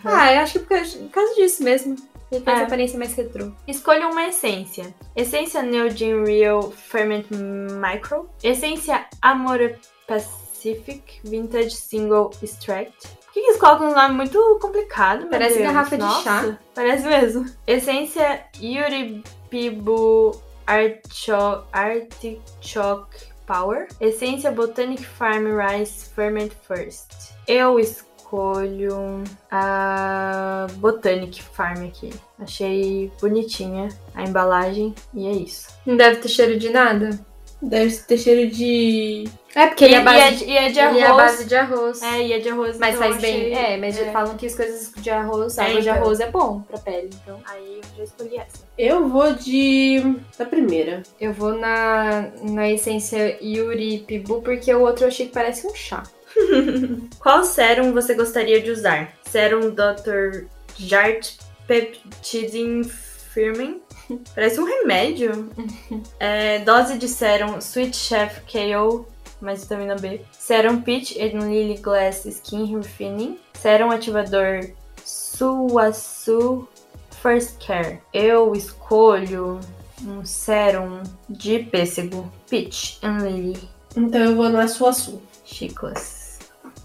Ah, eu acho que por causa, por causa disso mesmo. Ele faz É. a aparência mais retrô. Escolha uma essência. Essência Neogen Real Ferment Micro. Essência Amore Pacific Vintage Single Extract. Por que que eles colocam um nome muito complicado, meu Parece Deus? garrafa de Nossa, chá. Parece mesmo. Essência Yuribibu Articho- Artichoke Power. Essência Botanic Farm Rice Ferment First. Eu escolho a Botanic Farm aqui. Achei bonitinha a embalagem e é isso. Não deve ter cheiro de nada. Deve ter cheiro de. É, porque ele e, é base, e é, de- e é de ele é a arroz. base de arroz. É, e é de arroz. Mas então faz bem. achei- É, mas é. falam que as coisas de arroz, É, água de então. arroz é bom pra pele. Então, Aí eu já escolhi essa. Eu vou de. Da primeira. eu vou na, na essência Yuri Pibu, porque o outro eu achei que parece um chá. Qual sérum você gostaria de usar? Sérum Dr. Jart Peptidin Firmin? Parece um remédio. É, dose de sérum Sweet Chef KO, mais vitamina B. Sérum Peach and Lily Glass Skin Refining. Sérum ativador Suasu First Care. Eu escolho um sérum de pêssego Peach and Lily Então eu vou na sua sul. Chiclas.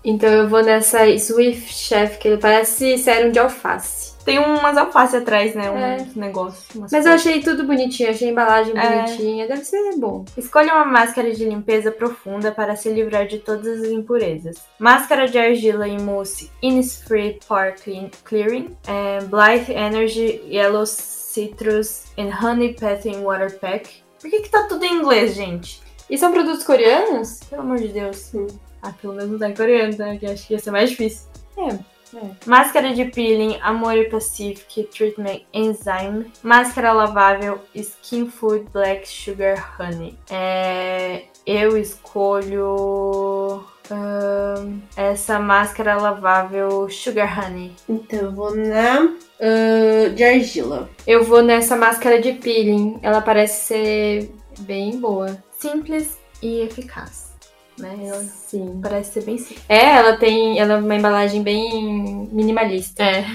Então eu vou nessa Swift Chef, que ele parece sérum de alface. Tem umas alfaces atrás, né? É. Uns negócios. umas Mas eu coisas. achei tudo bonitinho, achei a embalagem É. bonitinha, deve ser bom. Escolha uma máscara de limpeza profunda para se livrar de todas as impurezas. Máscara de argila e mousse Innisfree Power Clean- Clearing. é, Blythe Energy Yellow Citrus and Honey Petting Water Pack. Por que, que tá tudo em inglês, gente? E são produtos coreanos? Pelo amor de Deus. Hum. Ah, pelo menos não tá em coreano, né? Que eu acho que ia ser mais difícil. É, Máscara de peeling, Amore Pacific Treatment Enzyme. Máscara lavável, Skin Food Black Sugar Honey. É, eu escolho ahn, essa máscara lavável Sugar Honey. Então eu vou na. ah, de argila. Eu vou nessa máscara de peeling, ela parece ser bem boa. Simples e eficaz. Né? Ela Sim. parece ser bem simples. É, ela tem. Ela é uma embalagem bem minimalista. É.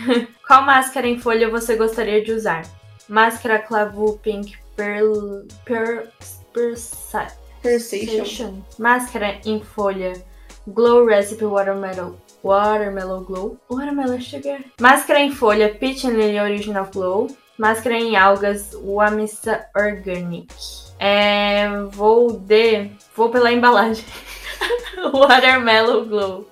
Qual máscara em folha você gostaria de usar? Máscara Clavu Pink Pearl... Pearl... Pearl... Perception. Station. Máscara em folha. Glow Recipe Watermelon. Watermelon Glow. Watermelon Sugar. Máscara em folha. Peach and Lily Original Glow. Máscara em algas. Wamisa Organic. É, vou de... Vou pela embalagem. Watermelon Glow.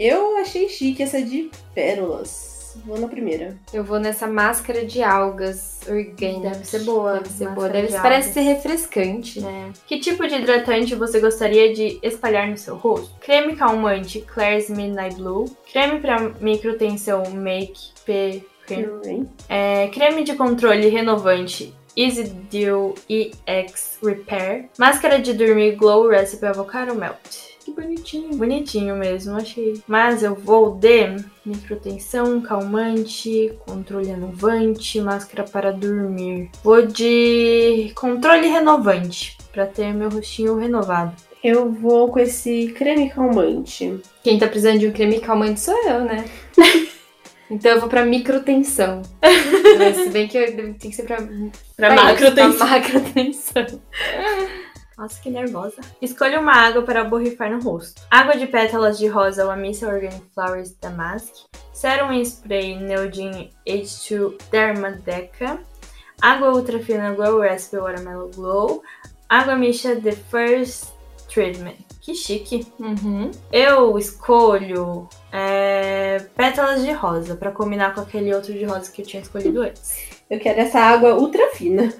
Eu achei chique essa de pérolas. Vou na primeira. Eu vou nessa máscara de algas orgânica. Deve ser boa, Deve ser boa. máscara Deve, de parece algas. ser refrescante. né? Que tipo de hidratante você gostaria de espalhar no seu rosto? Creme calmante Claire's Midnight Blue. Creme para microtenção Make P. Cream. Hein? É, creme de controle renovante Easy Deal EX Repair. Máscara de dormir Glow Recipe Avocado Melt. Que bonitinho. Bonitinho mesmo, achei. Mas eu vou de microtenção, calmante, controle renovante, máscara para dormir. Vou de controle renovante, para ter meu rostinho renovado. Eu vou com esse creme calmante. Quem tá precisando de um creme calmante sou eu, né? então eu vou pra microtensão. Mas se bem que eu- tem que ser pra, Pra pra isso, pra macrotensão. macrotensão. Nossa, que nervosa. Escolha uma água para borrifar no rosto. Água de pétalas de rosa Wamissa Organic Flowers Damask. Serum em spray Neodyne H2 Dermadeca. Água ultrafina Glow Recipe Watermelon Glow. Água Misha The First Treatment. Que chique. Uhum. Eu escolho é, pétalas de rosa pra combinar com aquele outro de rosa que eu tinha escolhido antes. Eu quero essa água ultra fina.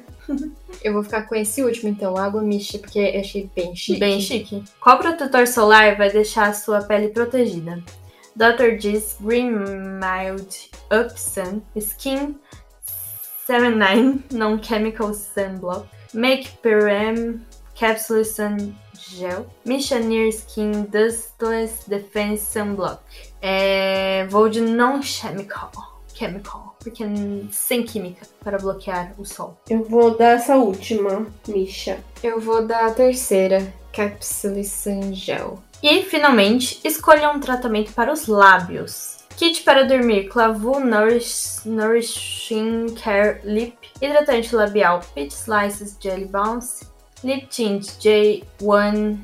Eu vou ficar com esse último, então, água mista, porque eu achei bem chique. Bem chique. Qual protetor solar vai deixar a sua pele protegida? Dr. G's Green Mild Up Sun Skin 79 Non-Chemical Sunblock Make Perem Capsule Sun Gel Missioneer Skin Dustless Defense Sunblock é, Vou de Non-Chemical Chemical, porque n- sem química, para bloquear o sol. Eu vou dar essa última, Misha. Eu vou dar a terceira, Capsule Sun Gel. E, finalmente, escolha um tratamento para os lábios. Kit para dormir, Clavu Nourish, Nourishing Care Lip, hidratante labial, Peach Slices Jelly Bounce, Lip Tint J1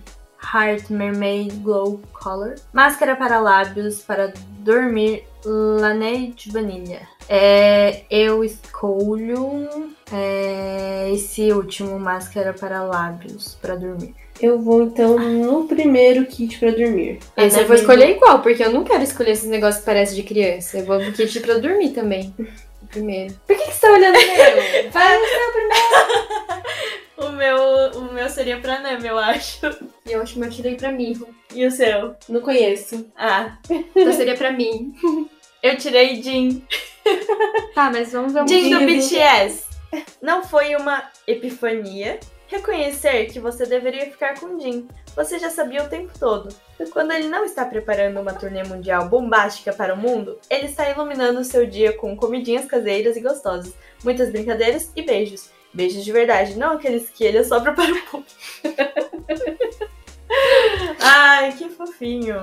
Heart Mermaid Glow Color, máscara para lábios para dormir, Laneige Vanilla. É, eu escolho é, esse último, máscara para lábios para dormir. Eu vou então no primeiro kit pra dormir. Esse né, eu vou amiga? escolher igual, porque eu não quero escolher esses negócios que parecem de criança. Eu vou pro kit pra dormir também. O Primeiro. Por que, que você tá olhando meu? Vai. O meu, o meu seria pra Nami, eu acho. Eu acho que eu tirei pra mim. E o seu? Não conheço. Ah, Então seria pra mim. eu tirei Jin. Tá, mas vamos ver um Jin do pouquinho. BTS. Não foi uma epifania reconhecer que você deveria ficar com Jin. Você já sabia o tempo todo. E Quando ele não está preparando uma turnê mundial bombástica para o mundo, ele está iluminando o seu dia com comidinhas caseiras e gostosas, muitas brincadeiras e beijos. Beijos de verdade, não aqueles que ele é assopra para o público. Ai, que fofinho.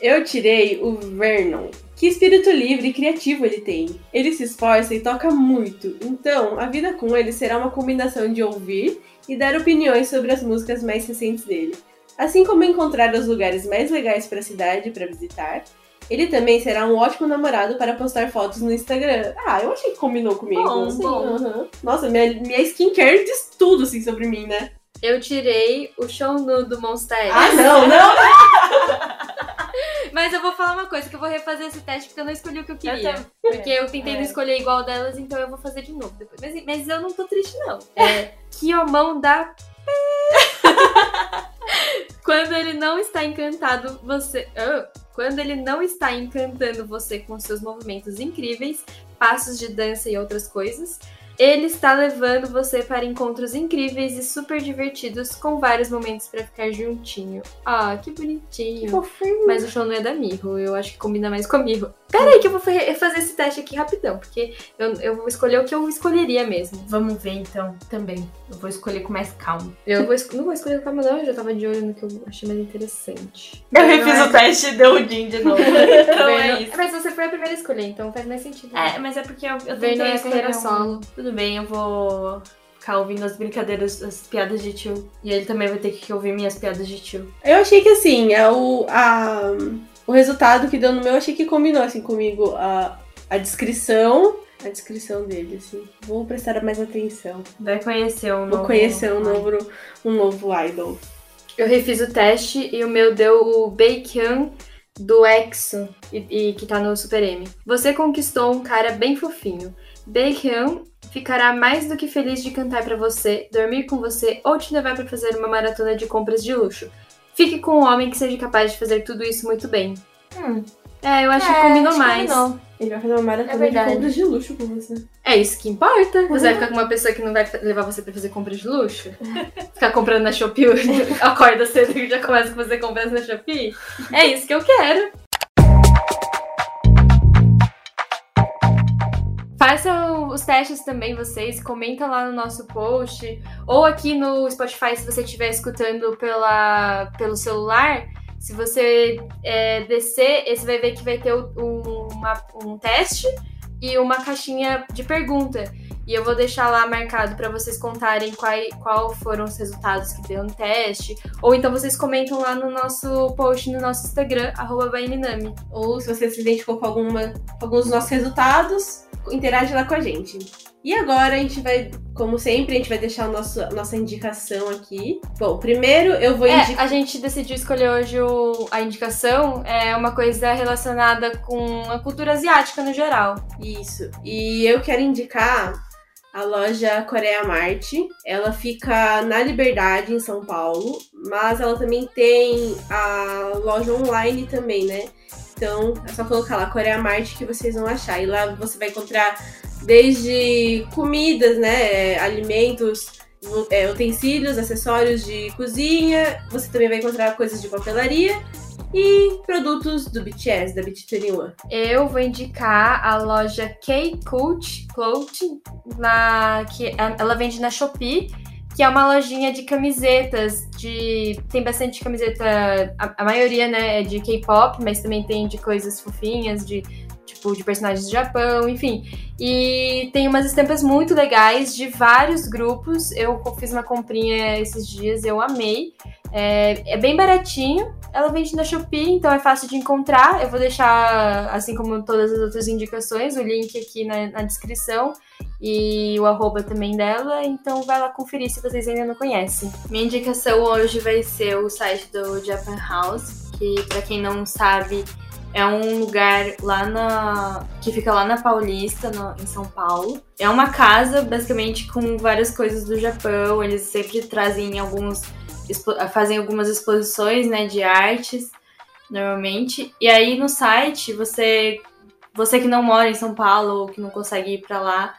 Eu tirei o Vernon. Que espírito livre e criativo ele tem. Ele se esforça e toca muito. Então, a vida com ele será uma combinação de ouvir e dar opiniões sobre as músicas mais recentes dele. Assim como encontrar os lugares mais legais para a cidade para visitar, ele também será um ótimo namorado para postar fotos no Instagram. Ah, eu achei que combinou comigo. assim. Bom, bom. aham. Nossa, minha, minha skincare diz tudo assim sobre mim, né? Eu tirei o show nu do Monster X. Ah, não, não! Mas eu vou falar uma coisa, que eu vou refazer esse teste porque eu não escolhi o que eu queria. também. porque eu tentei não escolher igual delas, então eu vou fazer de novo depois. Mas, mas eu não tô triste, não. É, Kiomão da... P. Quando ele não está encantado, você... Ah, Quando ele não está encantando você com seus movimentos incríveis, passos de dança e outras coisas... Ele está levando você para encontros incríveis e super divertidos, com vários momentos para ficar juntinho. Ah, que bonitinho. Mas o show não é da Mirro, eu acho que combina mais com a Mirro. Pera aí que eu vou fa- fazer esse teste aqui rapidão, porque eu, eu vou escolher o que eu escolheria mesmo. Vamos ver então também. Eu vou escolher com mais calma. Eu vou es- não vou escolher o calma não, eu já tava de olho no que eu achei mais interessante. Eu Não refiz é- o teste e deu o Jin de novo. então Vernon- é isso. Mas você foi a primeira a escolher, então faz mais sentido. É, mas é porque eu, eu Vernon tentei é carreira escolher um- solo. Tudo bem, eu vou ficar ouvindo as brincadeiras, as piadas de tio. E ele também vai ter que ouvir minhas piadas de tio. Eu achei que assim, é o, a, o resultado que deu no meu, eu achei que combinou assim comigo a, a descrição. A descrição dele, assim. Vou prestar mais atenção. Vai conhecer um novo. Vou conhecer um novo, um novo idol. Eu refiz o teste e o meu deu o Baekhyun do EXO, e, e que tá no Super M. Você conquistou um cara bem fofinho. Baekhyun ficará mais do que feliz de cantar pra você, dormir com você ou te levar pra fazer uma maratona de compras de luxo. Fique com um homem que seja capaz de fazer tudo isso muito bem. Hum. É, eu acho que É, combinou acho que mais. combinou. Ele vai fazer uma É maratona de verdade. compras de luxo com você. É isso que importa. Você vai ficar com uma pessoa que não vai fa- levar você pra fazer compras de luxo? Ficar comprando na Shopee, acorda cedo e já começa a fazer compras na Shopee? É isso que eu quero. Façam os testes também vocês, comenta lá no nosso post ou aqui no Spotify se você estiver escutando pela, pelo celular. Se você é, descer, esse vai ver que vai ter um- uma- um teste e uma caixinha de pergunta. E eu vou deixar lá marcado para vocês contarem quais, qual foram os resultados que deu no teste. Ou então vocês comentam lá no nosso post no nosso Instagram, arroba Baininami. Ou se você se identificou com, alguma, com alguns dos nossos resultados, interage lá com a gente. E agora a gente vai, como sempre, a gente vai deixar a nossa, nossa indicação aqui. Bom, primeiro eu vou É, indicar. a gente decidiu escolher hoje o- a indicação, é uma coisa relacionada com a cultura asiática no geral. Isso. E eu quero indicar a loja Coreia Marte. Ela fica na Liberdade, em São Paulo, mas ela também tem a loja online também, né? Então é só colocar lá Coreia Marte que vocês vão achar. E lá você vai encontrar desde comidas, né? é, Alimentos. u- é, utensílios, acessórios de cozinha, você também vai encontrar coisas de papelaria e produtos do BTS, da BT21. Eu vou indicar a loja K-Cult, Clout, na, que a- ela vende na Shopee, que é uma lojinha de camisetas, de tem bastante camiseta, a, a maioria né, é de K-pop, mas também tem de coisas fofinhas, de tipo de personagens do Japão, enfim. E tem umas estampas muito legais de vários grupos. Eu co- fiz uma comprinha esses dias, eu amei. É, é bem baratinho. Ela vende na Shopee, então é fácil de encontrar. Eu vou deixar, assim como todas as outras indicações, o link aqui na, na descrição e o arroba também dela. Então vai lá conferir se vocês ainda não conhecem. Minha indicação hoje vai ser o site do Japan House, que pra quem não sabe é um lugar lá na que fica lá na Paulista, no- em São Paulo. É uma casa basicamente com várias coisas do Japão. Eles sempre trazem alguns expo- fazem algumas exposições, né, de artes normalmente. E aí no site você você que não mora em São Paulo ou que não consegue ir pra lá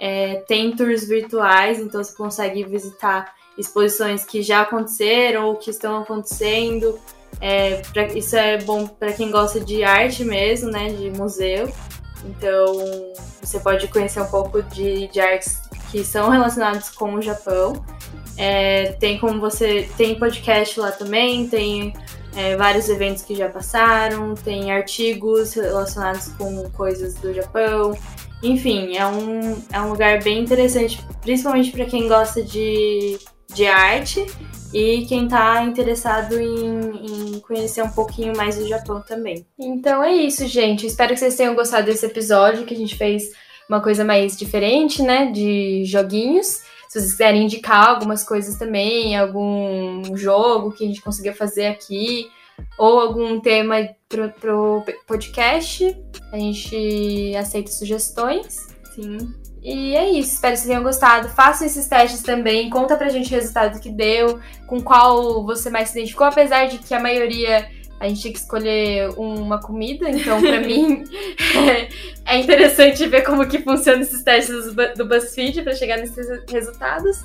é, tem tours virtuais, então você consegue visitar exposições que já aconteceram ou que estão acontecendo. É, pra- isso é bom para quem gosta de arte mesmo, né? De museu. Então você pode conhecer um pouco de, de artes que são relacionadas com o Japão. É, tem como você. Tem podcast lá também, tem é, vários eventos que já passaram, tem artigos relacionados com coisas do Japão. Enfim, é um, é um lugar bem interessante, principalmente para quem gosta de de arte e quem tá interessado em, em conhecer um pouquinho mais do Japão também. Então é isso, gente. Espero que vocês tenham gostado desse episódio, que a gente fez uma coisa mais diferente, né? De joguinhos. Se vocês quiserem indicar algumas coisas também, algum jogo que a gente conseguiu fazer aqui, ou algum tema pro, pro podcast, a gente aceita sugestões. Sim. E é isso, espero que vocês tenham gostado. Façam esses testes também, conta pra gente o resultado que deu, com qual você mais se identificou, apesar de que a maioria a gente tinha que escolher uma comida, então pra mim é interessante ver como que funcionam esses testes do Bu- do BuzzFeed pra chegar nesses resultados,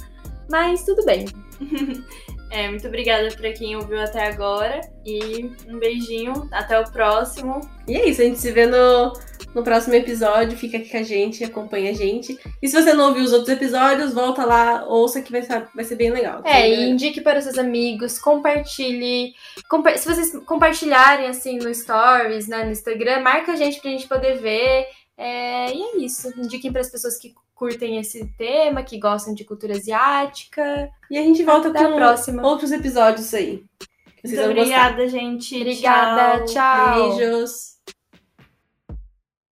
mas tudo bem. É, muito obrigada para quem ouviu até agora e um beijinho, até o próximo. E é isso, a gente se vê no, no próximo episódio. Fica aqui com a gente, acompanha a gente. E se você não ouviu os outros episódios, volta lá, ouça que vai ser, vai ser bem legal. tá É, Bem e legal. indique para os seus amigos, compartilhe. Compa- se vocês compartilharem assim no Stories, né, no Instagram, marca a gente pra gente poder ver. É, e é isso. Indiquem para as pessoas que curtem esse tema, que gostam de cultura asiática. e a gente volta Até a com próxima. outros episódios aí. que Vocês Muito vão gostar. obrigada, gente. Tchau. Obrigada, tchau. Beijos.